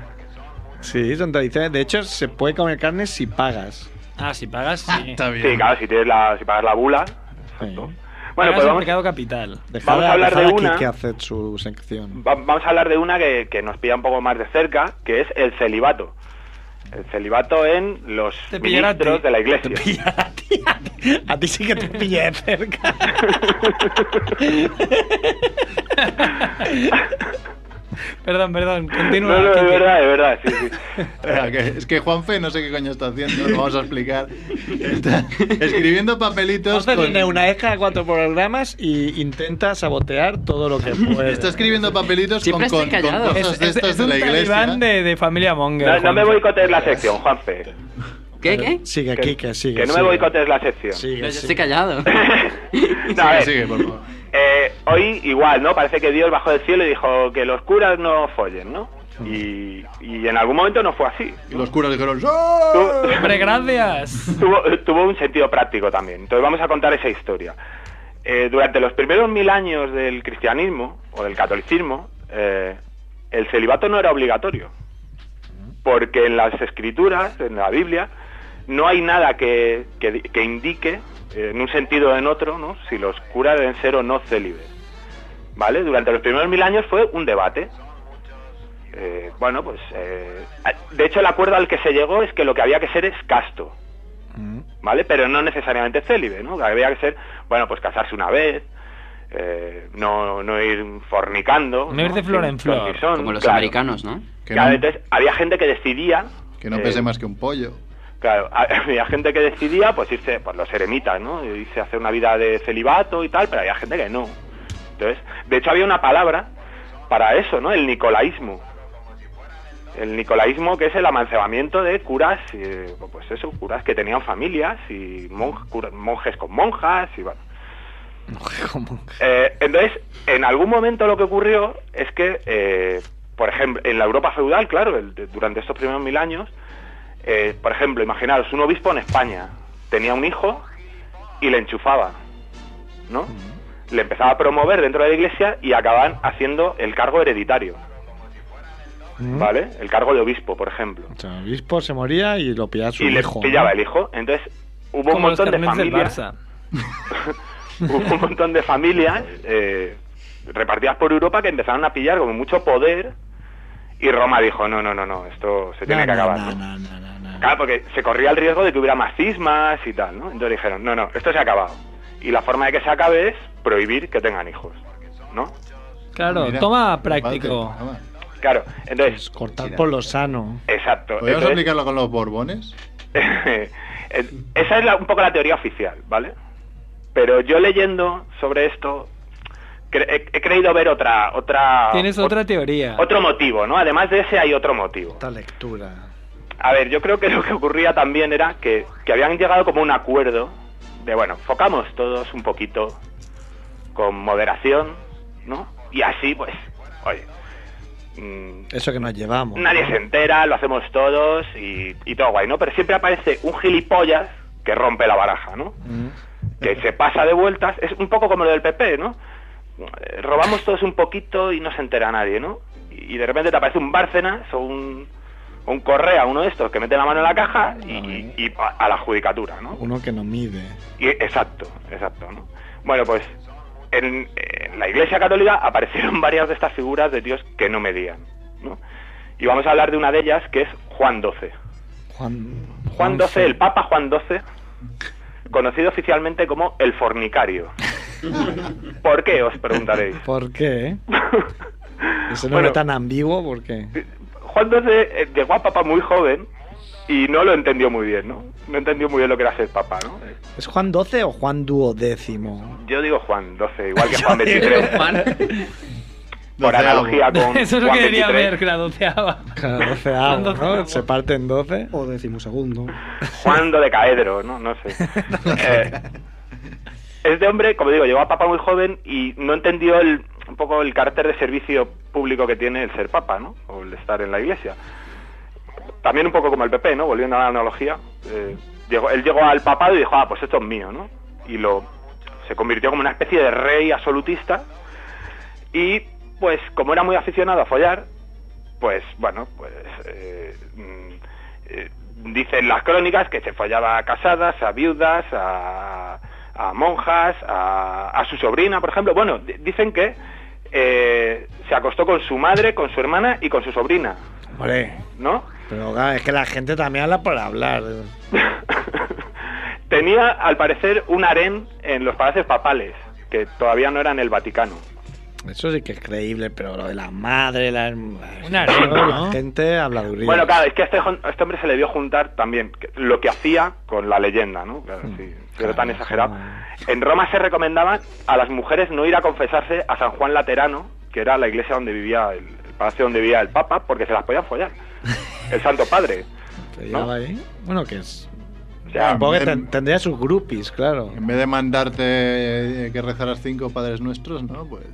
Sí, son tradiciones. De hecho, se puede comer carne si pagas.
Ah, si pagas, sí.
Está
Sí, claro, si, tienes la, si pagas la bula. Exacto. Bueno,
pagas
pues
el
vamos,
mercado capital.
Dejad
Vamos
a,
a hablar
dejad
de
a
una.
Quique hacer su sección.
va- vamos a hablar de una que, que nos pilla un poco más de cerca, que es el celibato. El celibato en los
Te pillará a ti.
ministros de la iglesia.
(laughs) A ti sí que te pillé de cerca.
Perdón, perdón, continúa.
No, no, es
Kike.
verdad, es verdad, sí, sí.
(laughs) Espera, que- es que Juanfe no sé qué coño está haciendo, lo vamos a explicar. Está escribiendo papelitos
Entonces
con-
viene una vez cada cuatro programas y intenta sabotear todo lo que
(laughs)
puede.
Está escribiendo papelitos con,
Siempre
con,
estoy
con
callado.
cosas
Es-
de
es-
estas
es
de
un
la iglesia.
Talibán de, de familia Monger.
No, no me
Juanfe.
boicotees la sección, Juanfe.
¿Qué, qué?
Sigue, Kike, sigue.
Que no me
sigue.
boicotees la sección.
Sigue,
Pero yo
sigue.
(coughs)
estoy callado.
(laughs)
No, a ver,
por favor.
Eh, hoy igual, ¿no? Parece que Dios bajó del cielo y dijo que los curas no follen, ¿no? Y, y en algún momento no fue así.
Y los curas dijeron,
Tu-
Hombre, gracias.
(laughs) tuvo, tuvo un sentido práctico también. Entonces vamos a contar esa historia. Eh, durante los primeros mil años del cristianismo o del catolicismo, eh, el celibato no era obligatorio. Porque en las escrituras, en la Biblia, no hay nada que, que- que indique, eh, en un sentido o en otro, ¿no? si los curas deben ser o no célibes. ¿Vale? Durante los primeros mil años fue un debate. Eh, bueno, pues. eh, de hecho, el acuerdo al que se llegó es que lo que había que ser es casto. ¿vale? Pero no necesariamente célibe, ¿no? Que había que ser, bueno, pues casarse una vez, eh, no, no ir fornicando.
No ir de flor en
Sin
flor,
cortisón,
como los
claro.
americanos, ¿no?
Claro, entonces había gente que decidía,
Que no
Eh,
pese más que un pollo.
claro, (laughs) había gente que decidía, pues irse, pues los eremitas, ¿no? Irse a hacer una vida de celibato y tal, pero había gente que no. Entonces, de hecho había una palabra para eso, ¿no? El nicolaísmo. El nicolaísmo que es el amancebamiento de curas, eh, pues eso, curas que tenían familias y mon- cura- monjes con monjas y bueno. Eh, entonces, en algún momento lo que ocurrió es que, eh, por ejemplo, en la Europa feudal, claro, el- de- durante estos primeros mil años, eh, por ejemplo, imaginaros, un obispo en España tenía un hijo y le enchufaba,
(laughs)
¿no? Le empezaba a promover dentro de la iglesia y acababan haciendo el cargo hereditario, ¿vale? El cargo de obispo, por ejemplo.
Mm. O sea, el obispo se moría y lo pillaba su
y
hijo.
le pillaba
¿no?
el hijo. Entonces, hubo un
Como los
montón de
carnets del
familias
Barça.
(laughs) hubo un montón de familias eh, repartidas por Europa que empezaron a pillar con mucho poder y Roma dijo, no, no, no, no, esto se tiene que acabar. Claro, porque se corría el riesgo de que hubiera más cismas y tal, ¿no? Entonces dijeron, no, no, esto se ha acabado. Y la forma de que se acabe es prohibir que tengan hijos, ¿no?
Claro,
Mira,
toma práctico.
Claro,
ah,
entonces...
Pues Cortar por lo sano.
Exacto.
¿Podríamos
entonces-
aplicarlo con los borbones?
(laughs) Eh, Esa es la- un poco la teoría oficial, ¿vale? Pero yo leyendo sobre esto cre- he, he creído ver otra otra
Tienes
ot-
otra teoría.
otro motivo, ¿no? Además de ese hay otro motivo.
Esta lectura.
A ver, yo creo que lo que ocurría también era que, que habían llegado como a un acuerdo de, bueno, focamos todos un poquito con moderación, ¿no? Y así, pues, oye, mm,
Eso que nos llevamos.
Nadie se entera, lo hacemos todos y, y todo guay, ¿no? Pero siempre aparece un gilipollas que rompe la baraja, ¿no? Que se pasa de vueltas, es un poco como lo del PP, ¿no? Eh, Robamos todos un poquito y no se entera nadie, ¿no? Y de repente te aparece un Bárcenas o un, o un Correa, uno de estos, que mete la mano en la caja y, y- y a- a la judicatura, ¿no?
Uno que nos mide.
Y- exacto, exacto, ¿no? Bueno, pues en, en la Iglesia Católica aparecieron (laughs) varias de estas figuras de Dios que no medían, ¿no? Y vamos a hablar de una de ellas que es Juan XII.
Juan,
Juan XII, el Papa Juan XII, conocido oficialmente como el fornicario. ¿Por qué? Os preguntaréis.
¿Por
(laughs)
qué? Ese nombre
Bueno.
tan ambiguo, ¿por qué?
Juan XII eh, llegó a Papa muy joven y no lo entendió muy bien, ¿no? No entendió muy bien lo que era ser Papa, ¿no?
¿Es Juan XII o Juan duodécimo?
Yo digo Juan 12,
(laughs)
igual que Juan 23. Por analogía
(laughs)
con
Eso es lo
Juan
que quería
23.
ver, que la doceava.
Claro, doceavo, ¿no?
doceavo.
Se parte en doce. O decimosegundo.
Juan Dodecaedro, ¿no? No sé. Eh, este hombre, como digo, llegó a papa muy joven y no entendió el, un poco el carácter de servicio público que tiene el ser papa, ¿no? O el estar en la iglesia. También un poco como el PP, ¿no? Volviendo a la analogía. eh, llegó, él llegó al papado y dijo, ah, pues esto es mío, ¿no? Y lo se convirtió como una especie de rey absolutista y pues como era muy aficionado a follar, pues bueno, pues eh, mm, eh, dicen las crónicas que se follaba a casadas, a viudas, a, a monjas, a, a su sobrina, por ejemplo. Bueno, di- dicen que eh, se acostó con su madre, con su hermana y con su sobrina,
Hombre,
¿no?
pero claro, es que la gente también habla por hablar.
Tenía, al parecer, un harén en los palacios papales, que todavía no eran el Vaticano.
Eso sí que es creíble, pero lo de la madre, la,
Una
la
arenga, ¿no?
gente habladuría.
Bueno, claro, es que a este, jon- a este hombre se le dio juntar también que- lo que hacía con la leyenda, ¿no? Claro, sí, pero tan exagerado. En Roma se recomendaba a las mujeres no ir a confesarse a San Juan Laterano, que era la iglesia donde vivía el, el palacio donde vivía el Papa, porque se las
(laughs)
podían follar. El Santo Padre.
Te lleva ahí. Bueno, que es.
O sea,
Supongo que
en-
ten- tendría sus groupies, claro.
En vez de mandarte eh, que rezaras cinco padres nuestros, ¿no? Pues.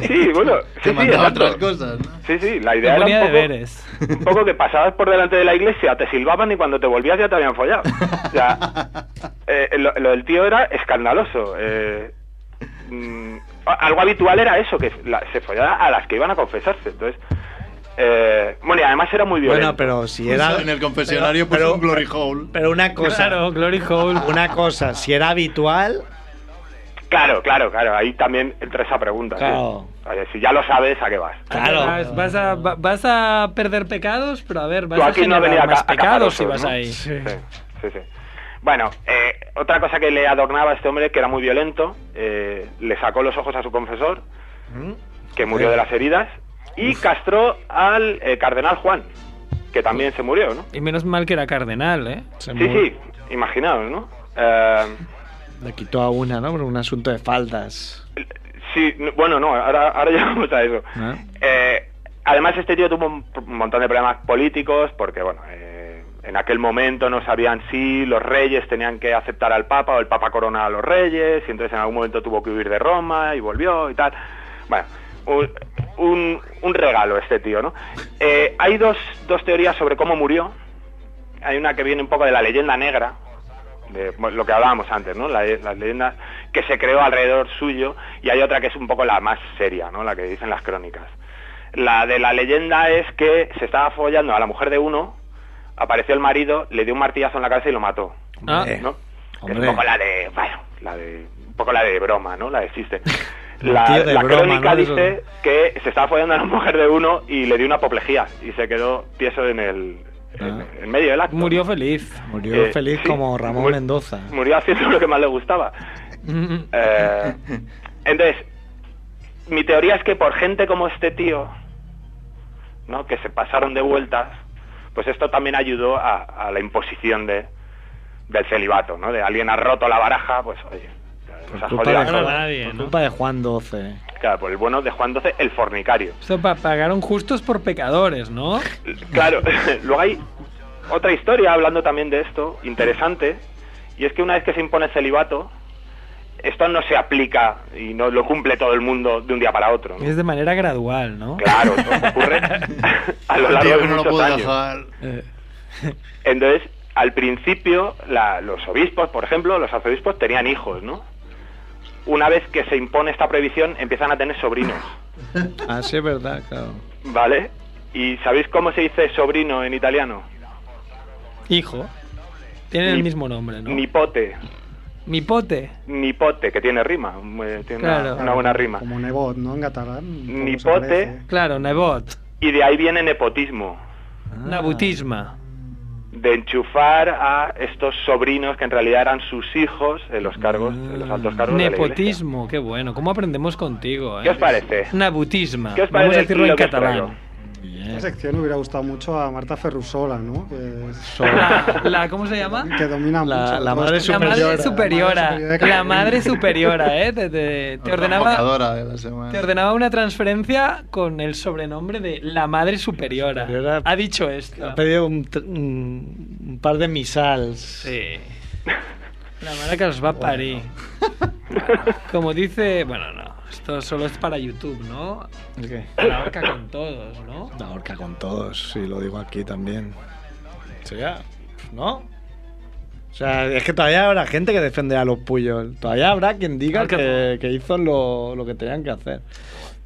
Sí, bueno, sí,
Te
sí,
mandaba
exacto.
otras cosas, ¿no?
Sí, sí, la
Te
idea era un
ponía
poco,
deberes.
un poco que pasabas por delante de la iglesia, te silbaban y cuando te volvías ya te
(laughs)
habían follado. O sea, eh, lo, lo del tío era escandaloso. eh, mm, a- algo habitual era eso, que la- se follaba a las que iban a confesarse. Entonces, eh, bueno, y además era muy violento.
Bueno, pero si era.
Pues En el confesionario puso un glory hole.
Pero una cosa.
Claro,
Glory Hole. (laughs) Una cosa, si era habitual.
Claro, claro, claro. Ahí también entra esa pregunta. ¿sí?
Claro.
Oye, si ya lo sabes, ¿a qué vas?
Vas, vas a, va- vas a perder pecados, pero a ver, vas
Tú
a
aquí no
generar
venía
más
a, ca- a cazar
pecados si
osos,
vas
¿no?
ahí.
Sí, sí, sí. Bueno, eh, otra cosa que le adornaba a este hombre, que era muy violento, eh, le sacó los ojos a su confesor,
Mm.
que murió de las heridas, y castró al eh, cardenal Juan, que también se murió, ¿no?
Y menos mal que era cardenal, ¿eh?
Sí, sí, imaginaos, ¿no? Eh,
Le quitó a una, ¿no? Por un asunto de faldas.
sí, no- bueno, no, ahora, ahora (laughs) llegamos a eso.
¿no?
Eh, además, este tío tuvo un, un montón de problemas políticos porque, bueno, eh, en aquel momento no sabían si los reyes tenían que aceptar al Papa o el Papa corona a los reyes, y entonces en algún momento tuvo que huir de Roma y volvió y tal. Bueno, un, un- un regalo este tío, ¿no? Eh, hay dos, dos teorías sobre cómo murió. Hay una que viene un poco de la leyenda negra, de bueno, lo que hablábamos antes, ¿no? La- las leyendas que se creó alrededor suyo, y hay otra que es un poco la más seria, ¿no? La que dicen las crónicas. La de la leyenda es que se estaba follando a la mujer de uno, apareció el marido, le dio un martillazo en la cabeza y lo mató.
Ah.
¿no? Es un
Eh, Hombre.
poco la de, bueno, la de, un poco la de broma, ¿no? La de chiste.
(laughs)
La,
Tío de
la
broma,
crónica
¿no? Eso-
dice que se estaba follando a la mujer de uno y le dio una apoplejía y se quedó tieso en el, en medio del acto.
Murió feliz.
Murió
Eh,
feliz
sí,
como Ramón
mur-
Mendoza.
Murió haciendo (laughs) lo que más le gustaba. Eh, entonces, mi teoría es que por gente como este tío, ¿no? que se pasaron de vueltas, pues esto también ayudó a, a la imposición de del celibato, ¿no? De alguien ha roto la baraja, pues oye, se ha
Culpa
jodido
de
la
Juan-
joda.
por culpa de Juan XII.
Claro, por el bueno de Juan XII, el fornicario.
Esto pa- pagaron justos por pecadores, ¿no?
Claro, (laughs) luego hay otra historia hablando también de esto, interesante, y es que una vez que se impone el celibato, esto no se aplica y no lo cumple todo el mundo de un día para otro. ¿no?
Es de manera gradual, ¿no?
Claro, eso
(laughs)
ocurre a lo
El
largo
tío
de
que no lo
muchos
puede
años. Eh.
dejar.
Entonces, al principio, la- los obispos, por ejemplo, los arzobispos tenían hijos, ¿no? Una vez que se impone esta prohibición, empiezan a tener sobrinos,
Ah, sí, es verdad, claro.
¿vale? ¿Y sabéis cómo se dice sobrino en italiano?
Hijo. Tienen
Ni-
el mismo nombre, ¿no?
Nipote.
Nipote.
Nipote, que tiene rima, un, eh, tiene una-
Claro.
una, buena rima.
Como Nebot, ¿no? En catalán.
Nipote,
Claro, Nebot.
y de ahí viene nepotismo,
Nabutisma.
de enchufar a estos sobrinos que en realidad eran sus hijos en los cargos, en los altos cargos de la iglesia.
Nepotismo, qué bueno. ¿Cómo aprendemos contigo, eh?
¿Qué os parece?
Nabutisma.
¿Qué os
Vamos a
parece
decirlo
lo
en
que os traigo?
catalán.
Eh.
Esta sección hubiera gustado mucho a Marta Ferrusola, ¿no? Que, es- (laughs)
La, la- ¿Cómo se llama?
que domina mucho.
la madre
La madre superiora. ¿eh? La (laughs) madre superiora, ¿eh? Te, te- te ordenaba,
Convocadora de la semana.
te ordenaba una transferencia con el sobrenombre de la madre superiora. Ha dicho esto.
Ha pedido un, tr- un- un par de misals.
Sí. La madre que os va a parir. Como dice... Bueno, no. Esto solo es para YouTube, ¿no?
¿El qué?
La horca con todos, ¿no?
La horca con todos, sí, lo digo aquí también. Sería, ¿no? O sea, es que todavía habrá gente que defenderá a los Puyol. Todavía habrá quien diga que, que hizo lo, lo que tenían que hacer.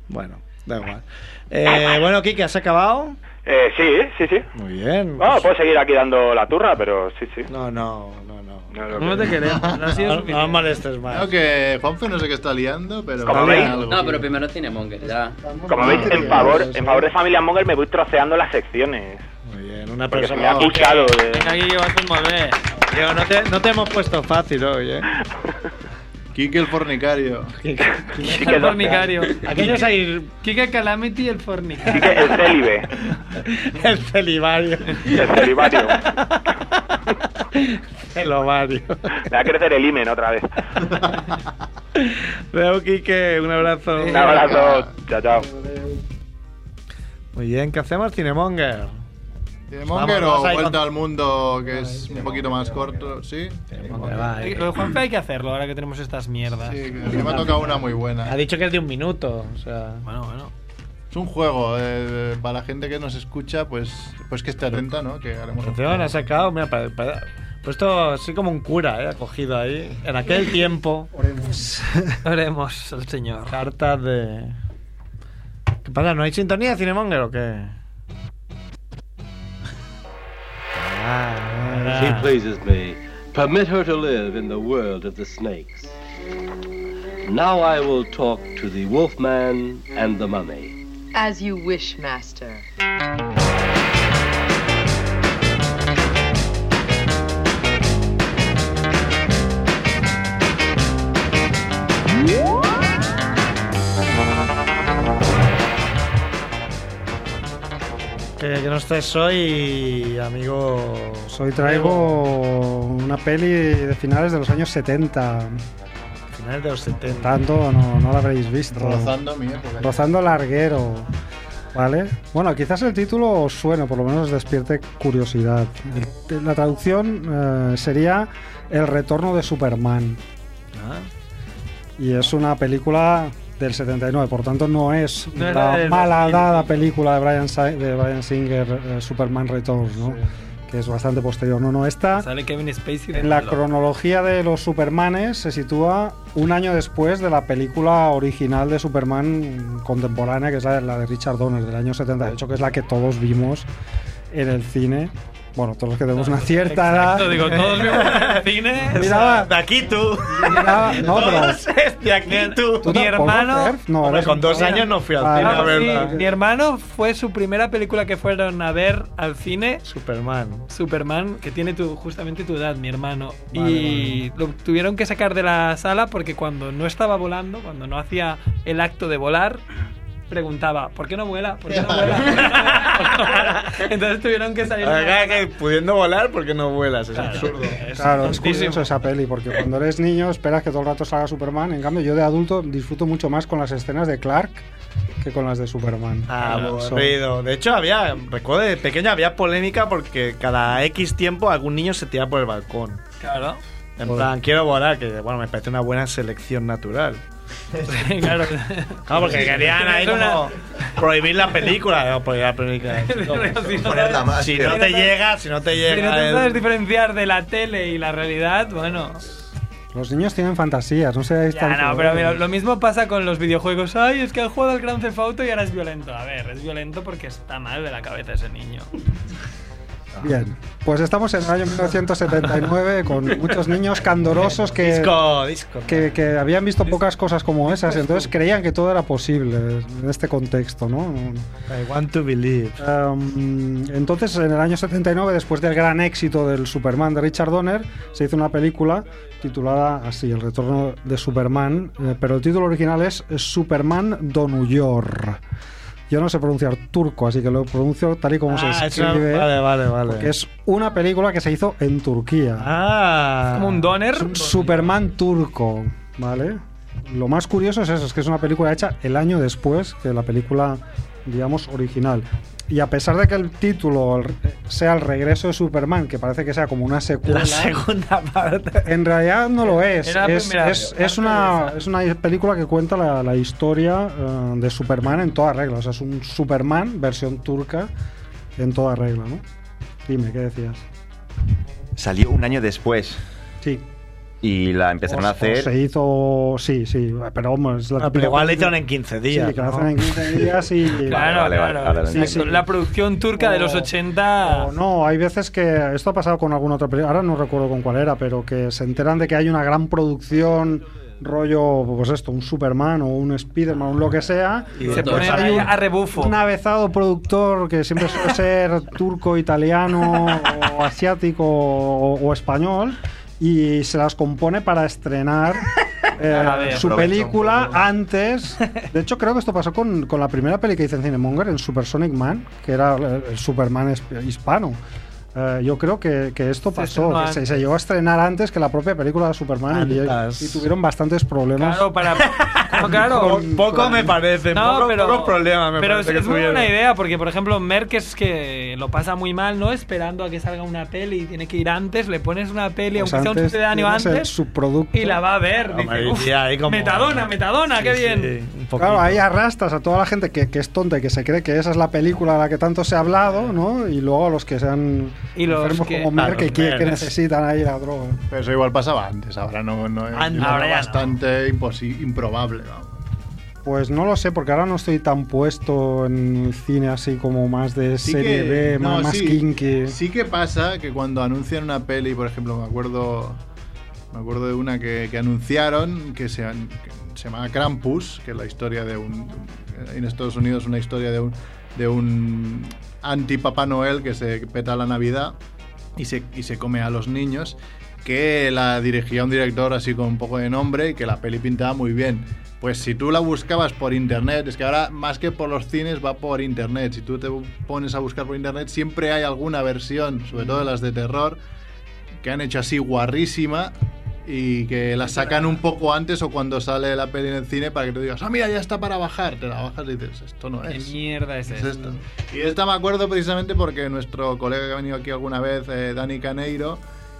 Bueno, da igual. Eh, bueno, Kike, ¿has acabado? Pues
Eh, sí, sí, sí.
Muy bien.
Bueno, puedo seguir aquí dando la turra, pero sí, sí.
No, no, no, no.
no,
No te queremos, no ha sido No, suficiente. no molestes más.
Creo que Juanfe no sé qué está liando, pero...
Como veis-
No, pero primero tiene Monger, ya.
Como veis, en favor, en favor de Familia Monger me voy troceando las secciones.
Muy bien, una
Porque se
persona-
me ha acusado de...
Venga, aquí que vas a envolver.
Tío, no te, no te hemos puesto fácil hoy, ¿eh?
Quique el fornicario.
El fornicario.
Aquellos ahí...
Kika Calamity el fornicario.
el célibe.
El celibario.
El celibario.
(laughs) El ovario.
Me va a crecer el imen otra vez.
Veo, Quique, un abrazo.
Un abrazo. Chao, chao.
Muy bien, ¿qué hacemos, Cinemonger?
Monger o
Vamos ahí con-
Vuelta al Mundo, que es un poquito más corto, ¿sí?
Lo de Juanfe hay que hacerlo ahora que tenemos estas mierdas.
Sí, que me ha tocado una muy buena.
Ha dicho que es de un minuto, o sea...
Bueno, bueno.
Es un juego, eh, para la gente que nos escucha, pues, pues que esté atenta, ¿no? Que haremos un
Atención, ha sacado, mira, para, para- puesto así como un cura, ¿eh? Ha cogido ahí, en aquel tiempo... Oremos.
(laughs) Oremos al Señor.
Cartas de... ¿Qué pasa? ¿No hay sintonía de Cinemonger o qué?
She pleases me. Permit her to live in the world of the snakes. Now I will talk to the wolfman and the mummy.
As you wish, master.
Que, que no estés hoy, amigo.
Pues Hoy traigo una peli de finales de los años 70.
Finales de los 70.
Tanto no, no la habréis visto.
Rozando mi época.
Rozando larguero. ¿Vale? Bueno, quizás el título os suene, por lo menos os despierte curiosidad. El- La traducción eh, sería El retorno de Superman.
Ah.
Y es una película del 79, por tanto no es
No era
la
del
malhadada película de Brian, Sa- de Bryan Singer, eh, Superman Returns, ¿no? que es bastante posterior. No, no, esta
Sale Kevin Spacey de
en la
malo.
cronología de los Supermanes se sitúa un año después de la película original de Superman contemporánea, que es la, la de Richard Donner del año 78, que es la que todos vimos en el cine. Bueno, todos los que tenemos una cierta edad.
Lo digo, todos vimos en el
(laughs)
cine.
Miraba-
De aquí tú.
Miraba- no, pero-
Todos, de aquí tú.
¿Tú tampoco, Ferf? No,
Hombre,
eres
con
un
dos
joven.
años no fui al
Vale,
cine, la
vale.
verdad.
Ah, Mi hermano fue su primera película que fueron a ver al cine,
Superman.
Superman, que tiene tu, justamente tu edad, mi hermano.
Vale,
y lo tuvieron que sacar de la sala porque cuando no estaba volando, cuando no hacía el acto de volar, preguntaba, ¿por qué no vuela? ¿Por qué no vuela? ¿Por qué no vuela? Entonces
(laughs)
tuvieron que salir. de la
Acá que pudiendo volar, ¿por qué no vuelas? Es absurdo.
Claro, es curioso esa peli, porque cuando eres niño esperas que todo el rato salga Superman. En cambio, yo de adulto disfruto mucho más con las escenas de Clark que con las de Superman.
Ah,
Son-
Aburrido. De hecho, había, recuerdo de pequeño, había polémica porque cada X tiempo algún niño se tiraba por el balcón.
Claro.
En plan, quiero volar, que bueno, me parece una buena selección natural.
Sí, claro.
Claro, porque querían ahí
(laughs)
como prohibir la película. No, prohibir la película.
Ponerla más,
si
tío.
no te llega, si no te
Si no te
llega.
sabes
el-
diferenciar de la tele y la realidad, bueno.
Los niños tienen fantasías, no seáis
Ya,
tan
no, pero mira,
crueles.
lo mismo pasa con los videojuegos. Ay, es que ha jugado al Gran Theft Auto y ahora es violento. A ver, es violento porque está mal de la cabeza ese niño.
Bien, pues estamos en el año 1979 con muchos niños candorosos que,
Disco, disco.
que, que habían visto pocas cosas como esas, entonces creían que todo era posible en este contexto, ¿no?
I want to believe.
Um, entonces, en el año 79, después del gran éxito del Superman de Richard Donner, se hizo una película titulada así, El retorno de Superman, eh, pero el título original es Superman Donuyor. Yo no sé pronunciar turco, así que lo pronuncio tal y como se
Ah, eso-
escribe.
vale, vale, vale.
porque es una película que se hizo en Turquía.
Ah.
Como un Donner.
Superman turco, ¿vale? Lo más curioso es eso, es que es una película hecha el año después que la película, digamos, original. Y a pesar de que el título el- sea El regreso de Superman, que parece que sea como una secuela,
La segunda parte.
en realidad no lo es.
Era la
Es,
primera
es-
parte
es una, es una película que cuenta la, la historia eh, de Superman en toda regla. O sea, es un Superman versión turca en toda regla, ¿no? Dime, ¿qué decías?
Salió un año después.
Sí.
Y la empezaron a
O Se
hacer.
hizo, sí, sí, pero vamos, es la
Ah, pero igual la hicieron
película-
en 15 días,
Sí, que la
¿no?
hacen en 15
(laughs)
días y...
(laughs) Claro,
vale, vale,
claro.
ahora lo
Sí,
entiendo.
La producción turca de los 80.
O no, hay veces que esto ha pasado con alguna otra película, ahora no recuerdo con cuál era, pero que se enteran de que hay una gran producción rollo, pues esto, un Superman o un Spiderman o un lo que sea.
Y se
pues
ponen
hay
ahí
un-
a rebufo.
Un avezado productor que siempre suele ser turco, italiano o asiático o, o español y se las compone
(laughs)
para estrenar eh,
A ver. Aprovecha
su
un
película
(laughs)
antes. De hecho, creo que esto pasó con, con la primera peli que hice en Cinemonger, en Supersonic Man, que era el, el Superman hisp- hispano. Eh, yo creo que, que esto pasó,
estrenó
que se,
antes.
se llegó a estrenar antes que la propia película de Superman y,
Antes.
y tuvieron bastantes problemas.
Claro, para. No, claro.
Poco me parece. poco, pocos problemas me
pero
parece
es,
que
es muy buena
tuvieron.
idea porque por ejemplo Merck es que lo pasa muy mal no esperando a que salga una peli y tiene que ir antes le pones una peli
Pues
aunque sea un
antes
sucedáneo
tienes el
antes
subproducto.
y (laughs) la va a ver
No,
dice,
madre
"Uf,
mía, ahí como-
metadona metadona qué bien
Claro, ahí arrastras a toda la gente que, que es tonta y que se cree que esa es la película de la que tanto se ha hablado, ¿no? Y luego a los que sean
Y los
enfermos
que-
como Mer,
Claro,
que, quiere-
Mer.
que necesitan ahí la droga.
Pero eso igual pasaba antes, ahora no, no
Antes,
era
ahora ya no.
bastante imposi- improbable. vamos.
Pues no lo sé, porque ahora no estoy tan puesto en el cine así como más de
Sí
serie
que-
B, más,
no,
más
sí,
kinky.
Sí que pasa que cuando anuncian una peli, por ejemplo, me acuerdo me acuerdo de una que, que anunciaron que se, an- que se llamaba Krampus, que es la historia de un en Estados Unidos una historia de un de un anti Papá Noel que se peta la Navidad y se, y se come a los niños que la dirigía un director así con un poco de nombre y que la peli pintaba muy bien. Pues si tú la buscabas por internet, es que ahora más que por los cines va por internet. Si tú te pones a buscar por internet, siempre hay alguna versión, sobre todo de las de terror, que han hecho así guarrísima y que la sacan un poco antes o cuando sale la peli en el cine para que tú digas, ah, mira, ya está para bajar. Te la bajas y dices, esto no
¿Qué
es.
mierda es,
Es
esto?
esto. Y esta me acuerdo precisamente porque nuestro colega que ha venido aquí alguna vez, eh, Dani Caneiro,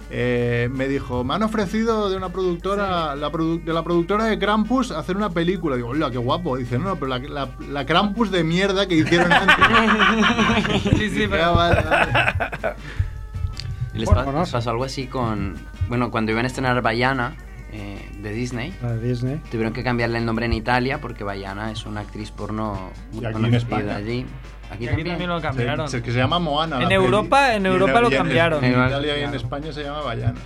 eh, me dijo, me han ofrecido de una productora, la produ- de la productora de Krampus, hacer una película. Digo, hola, qué guapo. Dice, no, no, pero la, la, la Krampus de mierda que hicieron antes.
(laughs)
sí, sí,
pero... vale, vale.
Y Les, pa- les pasó algo así con. Bueno, cuando iban a estrenar Bayana eh, de Disney,
La de Disney.
tuvieron que cambiarle el nombre en Italia porque Bayana es una actriz porno muy
Y aquí en
conocida
España.
allí. Aquí,
Y aquí también lo cambiaron.
Se- se- que se llama Moana.
En
la
Europa-
peli.
en
Y
Europa lo
y en-
cambiaron.
En
Igual,
Italia y en
claro.
España se llama Bayana.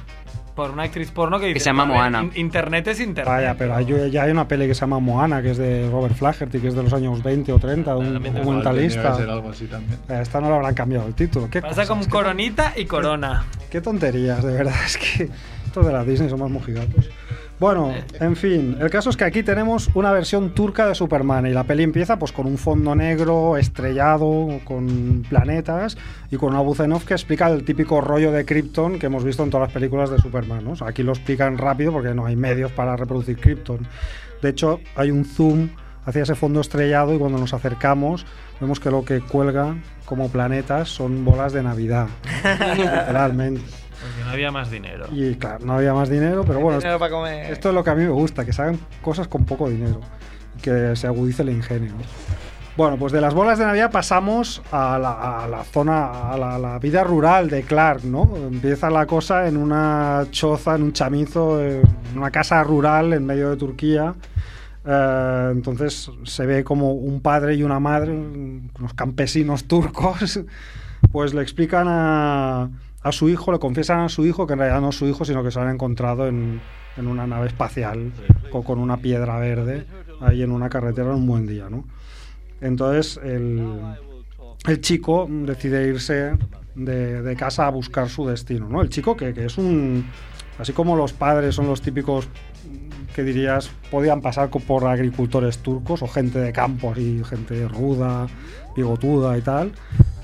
Por una actriz porno que dice.
se llama
"A ver,
Moana".
in- Internet es internet.
Vaya, pero hay, ya hay una peli que se llama Moana, que es de Robert Flaherty, que es de los años 20 o 30, de un
Igual tenía que ser
documentalista.
algo así también.
Eh, Esta no le habrán cambiado el título. ¿Qué,
Pasa con coronita y corona.
qué tonterías, de verdad. Es que esto de la Disney son más mojigatos. Bueno, en fin, el caso es que aquí tenemos una versión turca de Superman y la peli empieza pues con un fondo negro estrellado, con planetas y con una voz en off que explica el típico rollo de Krypton que hemos visto en todas las películas de Superman. ¿no? O sea, aquí lo explican rápido porque no hay medios para reproducir Krypton. De hecho, hay un zoom hacia ese fondo estrellado y cuando nos acercamos vemos que lo que cuelga como planetas son bolas de Navidad, literalmente.
Porque no había más dinero.
Y claro, no había más dinero, pero bueno,
Dinero para comer.
esto es lo que a mí me gusta, que se hagan cosas con poco dinero, que se agudice el ingenio. Bueno, pues de las bolas de Navidad pasamos a la, a la zona, a la, la vida rural de Clark, ¿no? Empieza la cosa en una choza, en un chamizo, en una casa rural en medio de Turquía. Eh, entonces se ve como un padre y una madre, unos campesinos turcos, (laughs) pues le explican a, a su hijo, le confiesan a su hijo que en realidad no es su hijo, sino que se lo han encontrado en, en una nave espacial co- con una piedra verde ahí en una carretera en un buen día, ¿no? Entonces el, el chico decide irse de, de casa a buscar su destino, ¿no? El chico que, que es un... Así como los padres son los típicos que dirías podían pasar co- por agricultores turcos o gente de campo, así, gente ruda, bigotuda y tal.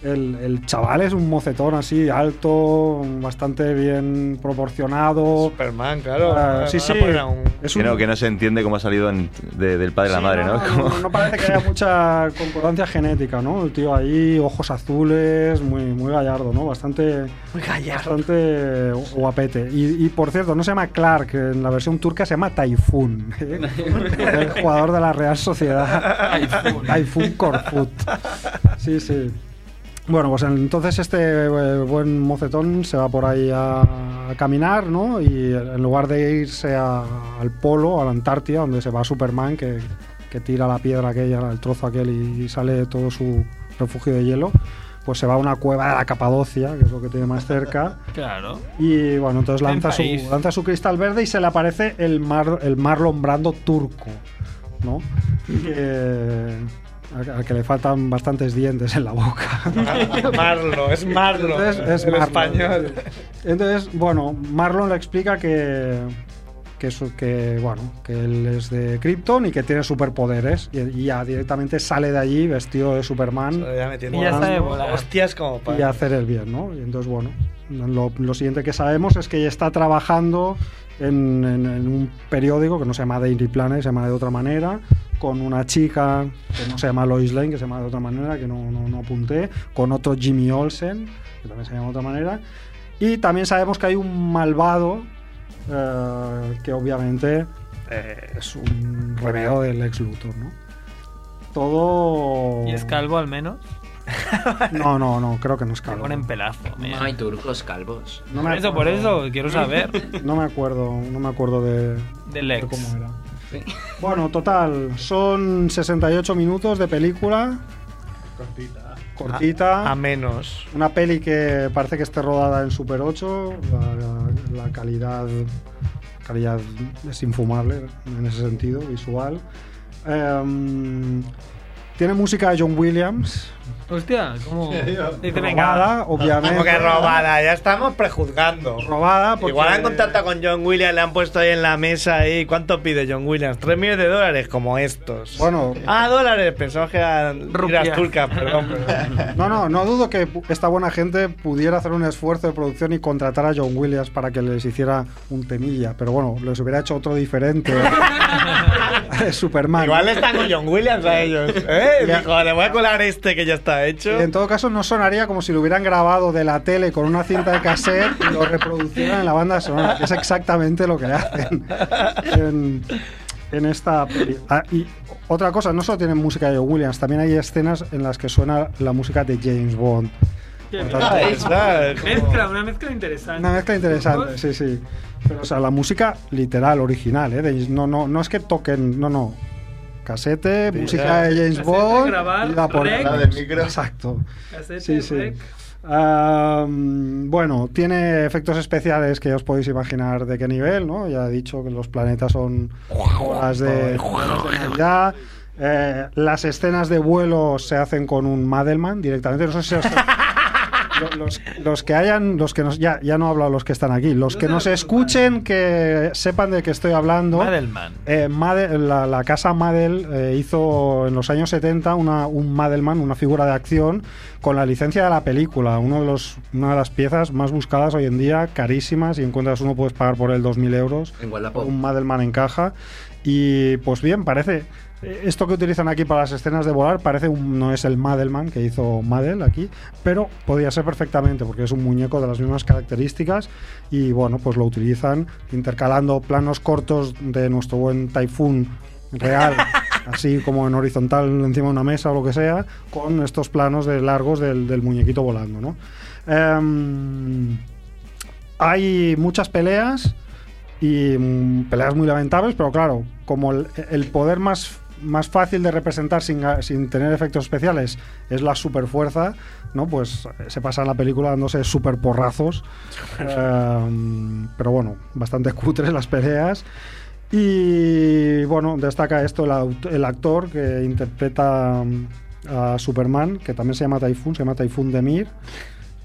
El, el chaval es un mocetón así, alto, bastante bien proporcionado.
Superman, claro.
Ah, sí,
No
sí.
ponen a un-
Es
Que
un-
no, que no se entiende cómo ha salido en- de- del padre a la madre, ¿no? Como-
No parece que haya mucha concordancia genética, ¿no? El tío ahí, ojos azules, muy, muy gallardo, ¿no? Bastante. Muy gallardo. Bastante guapete. Y, y, por cierto, no se llama Clark, en la versión turca se llama Taifun. (laughs) ¿eh? El jugador de la Real Sociedad. Taifun Korkut. Sí, sí. Bueno, pues entonces este eh, buen mocetón se va por ahí a, a caminar, ¿no? Y en lugar de irse a- al polo, a la Antártida, donde se va Superman, que, que tira la piedra aquella, el trozo aquel y, y sale todo su refugio de hielo, pues se va a una cueva de la Capadocia, que es lo que tiene más cerca.
Claro.
Y bueno, entonces
Buen
lanza su,
país.
lanza su cristal verde y se le aparece el, mar, el Marlon Brando turco, ¿no? Que- al- al que le faltan bastantes dientes en la boca.
(laughs) Marlo, es Marlo.
Entonces, es
el
Marlo.
español.
Entonces, bueno, Marlon le explica que, que, su- que, bueno, que él es de Krypton y que tiene superpoderes. Y, y ya directamente sale de allí vestido de Superman.
Ya me tiene
Y ya está de
volando.
volar.
Hostias como para.
y hacer el bien, ¿no? Y entonces, bueno, lo, lo siguiente que sabemos es que ella está trabajando en, en- en un periódico que no se llama Daily Planet, se llama de otra manera, con una chica que no se llama Lois Lane, que se llama de otra manera, que no, no- no apunté, con otro Jimmy Olsen, que también se llama de otra manera, y también sabemos que hay un malvado eh, que obviamente eh, es un remedio del ex Luthor, ¿no? Todo...
Y es calvo al menos.
No, no, no, creo que no es
Le
calvo.
ponen pelazo.
No hay turcos calvos.
No me
por eso, por
acuerdo.
eso, quiero
(laughs)
saber.
No me acuerdo, no me acuerdo de,
Del ex.
de cómo era. Bueno, total, son 68 minutos de película
Cortita.
cortita.
A menos.
Una peli que parece que esté rodada en Super 8. La, la calidad, calidad es infumable en ese sentido, visual. Em, Tiene música de John Williams.
Hostia, como. Dice,
Robada, obviamente.
Como que robada, ya estamos prejuzgando.
Robada, porque-
Igual han contactado con John Williams, le han puesto ahí en la mesa ahí. ¿Cuánto pide John Williams? Tres millones de dólares, como estos.
Bueno.
Ah, dólares, pensamos que eran
Rupias.
liras turcas, perdón. perdón.
No, no, no dudo que pu- esta buena gente pudiera hacer un esfuerzo de producción y contratar a John Williams para que les hiciera un temilla, pero bueno, les hubiera hecho
(laughs)
otro diferente. (laughs) Superman.
Igual están con John Williams a ellos. ¿eh?
Ya.
Dijo, le voy a colar este que ya está hecho.
Y en todo caso, no sonaría como si lo hubieran grabado de la tele con una cinta de cassette y lo reproducieran en la banda sonora, que es exactamente lo que hacen en, en esta peli. Ah, y otra cosa, no solo tienen música de John Williams, también hay escenas en las que suena la música de James Bond.
Ah,
está,
como-
Mezcla, una mezcla interesante.
Una mezcla interesante, sí, sí. Pero, o sea, la música literal, original, ¿eh? De- no, no, no es que toquen, no, no. Casete, música de James
Casete,
Bond.
grabar,
y la ponemos.
rec. La del micro.
Exacto.
Casete,
Sí, sí.
rec.
Am, bueno, tiene efectos especiales que ya os podéis imaginar de qué nivel, ¿no? Ya he dicho que los planetas son bolas de, bolas de Navidad. Eh, las escenas de vuelo se hacen con un Madelman directamente. No sé si os- lo- los, los que hayan, los que nos, ya, ya no hablo a los que están aquí, los que nos escuchen, que sepan de qué estoy hablando.
Madelman.
Eh, Made- la, la casa Madel eh, hizo en los años 70 una, un Madelman, una figura de acción, con la licencia de la película, uno de los, una de las piezas más buscadas hoy en día, carísimas, y encuentras uno puedes pagar por él 2.000 euros,
En Wallapop.
por un Madelman en caja, y pues bien, parece... eh, Esto que utilizan aquí para las escenas de volar parece un- no es el Madelman que hizo Madel aquí, pero podría ser perfectamente porque es un muñeco de las mismas características y bueno, pues lo utilizan intercalando planos cortos de nuestro buen Typhoon real, así como en horizontal encima de una mesa o lo que sea, con estos planos de largos del, del muñequito volando, ¿no? Em, hay muchas peleas y mm, peleas muy lamentables, pero claro, como el, el poder más, más fácil de representar sin, ga- sin tener efectos especiales es la superfuerza, ¿no? Pues eh, se pasa la película dándose super
(laughs)
porrazos. pero bueno, bastante cutres las peleas. Y bueno, destaca esto el, aut- el actor que interpreta mm, a Superman, que también se llama Typhoon, se llama Typhoon Demir.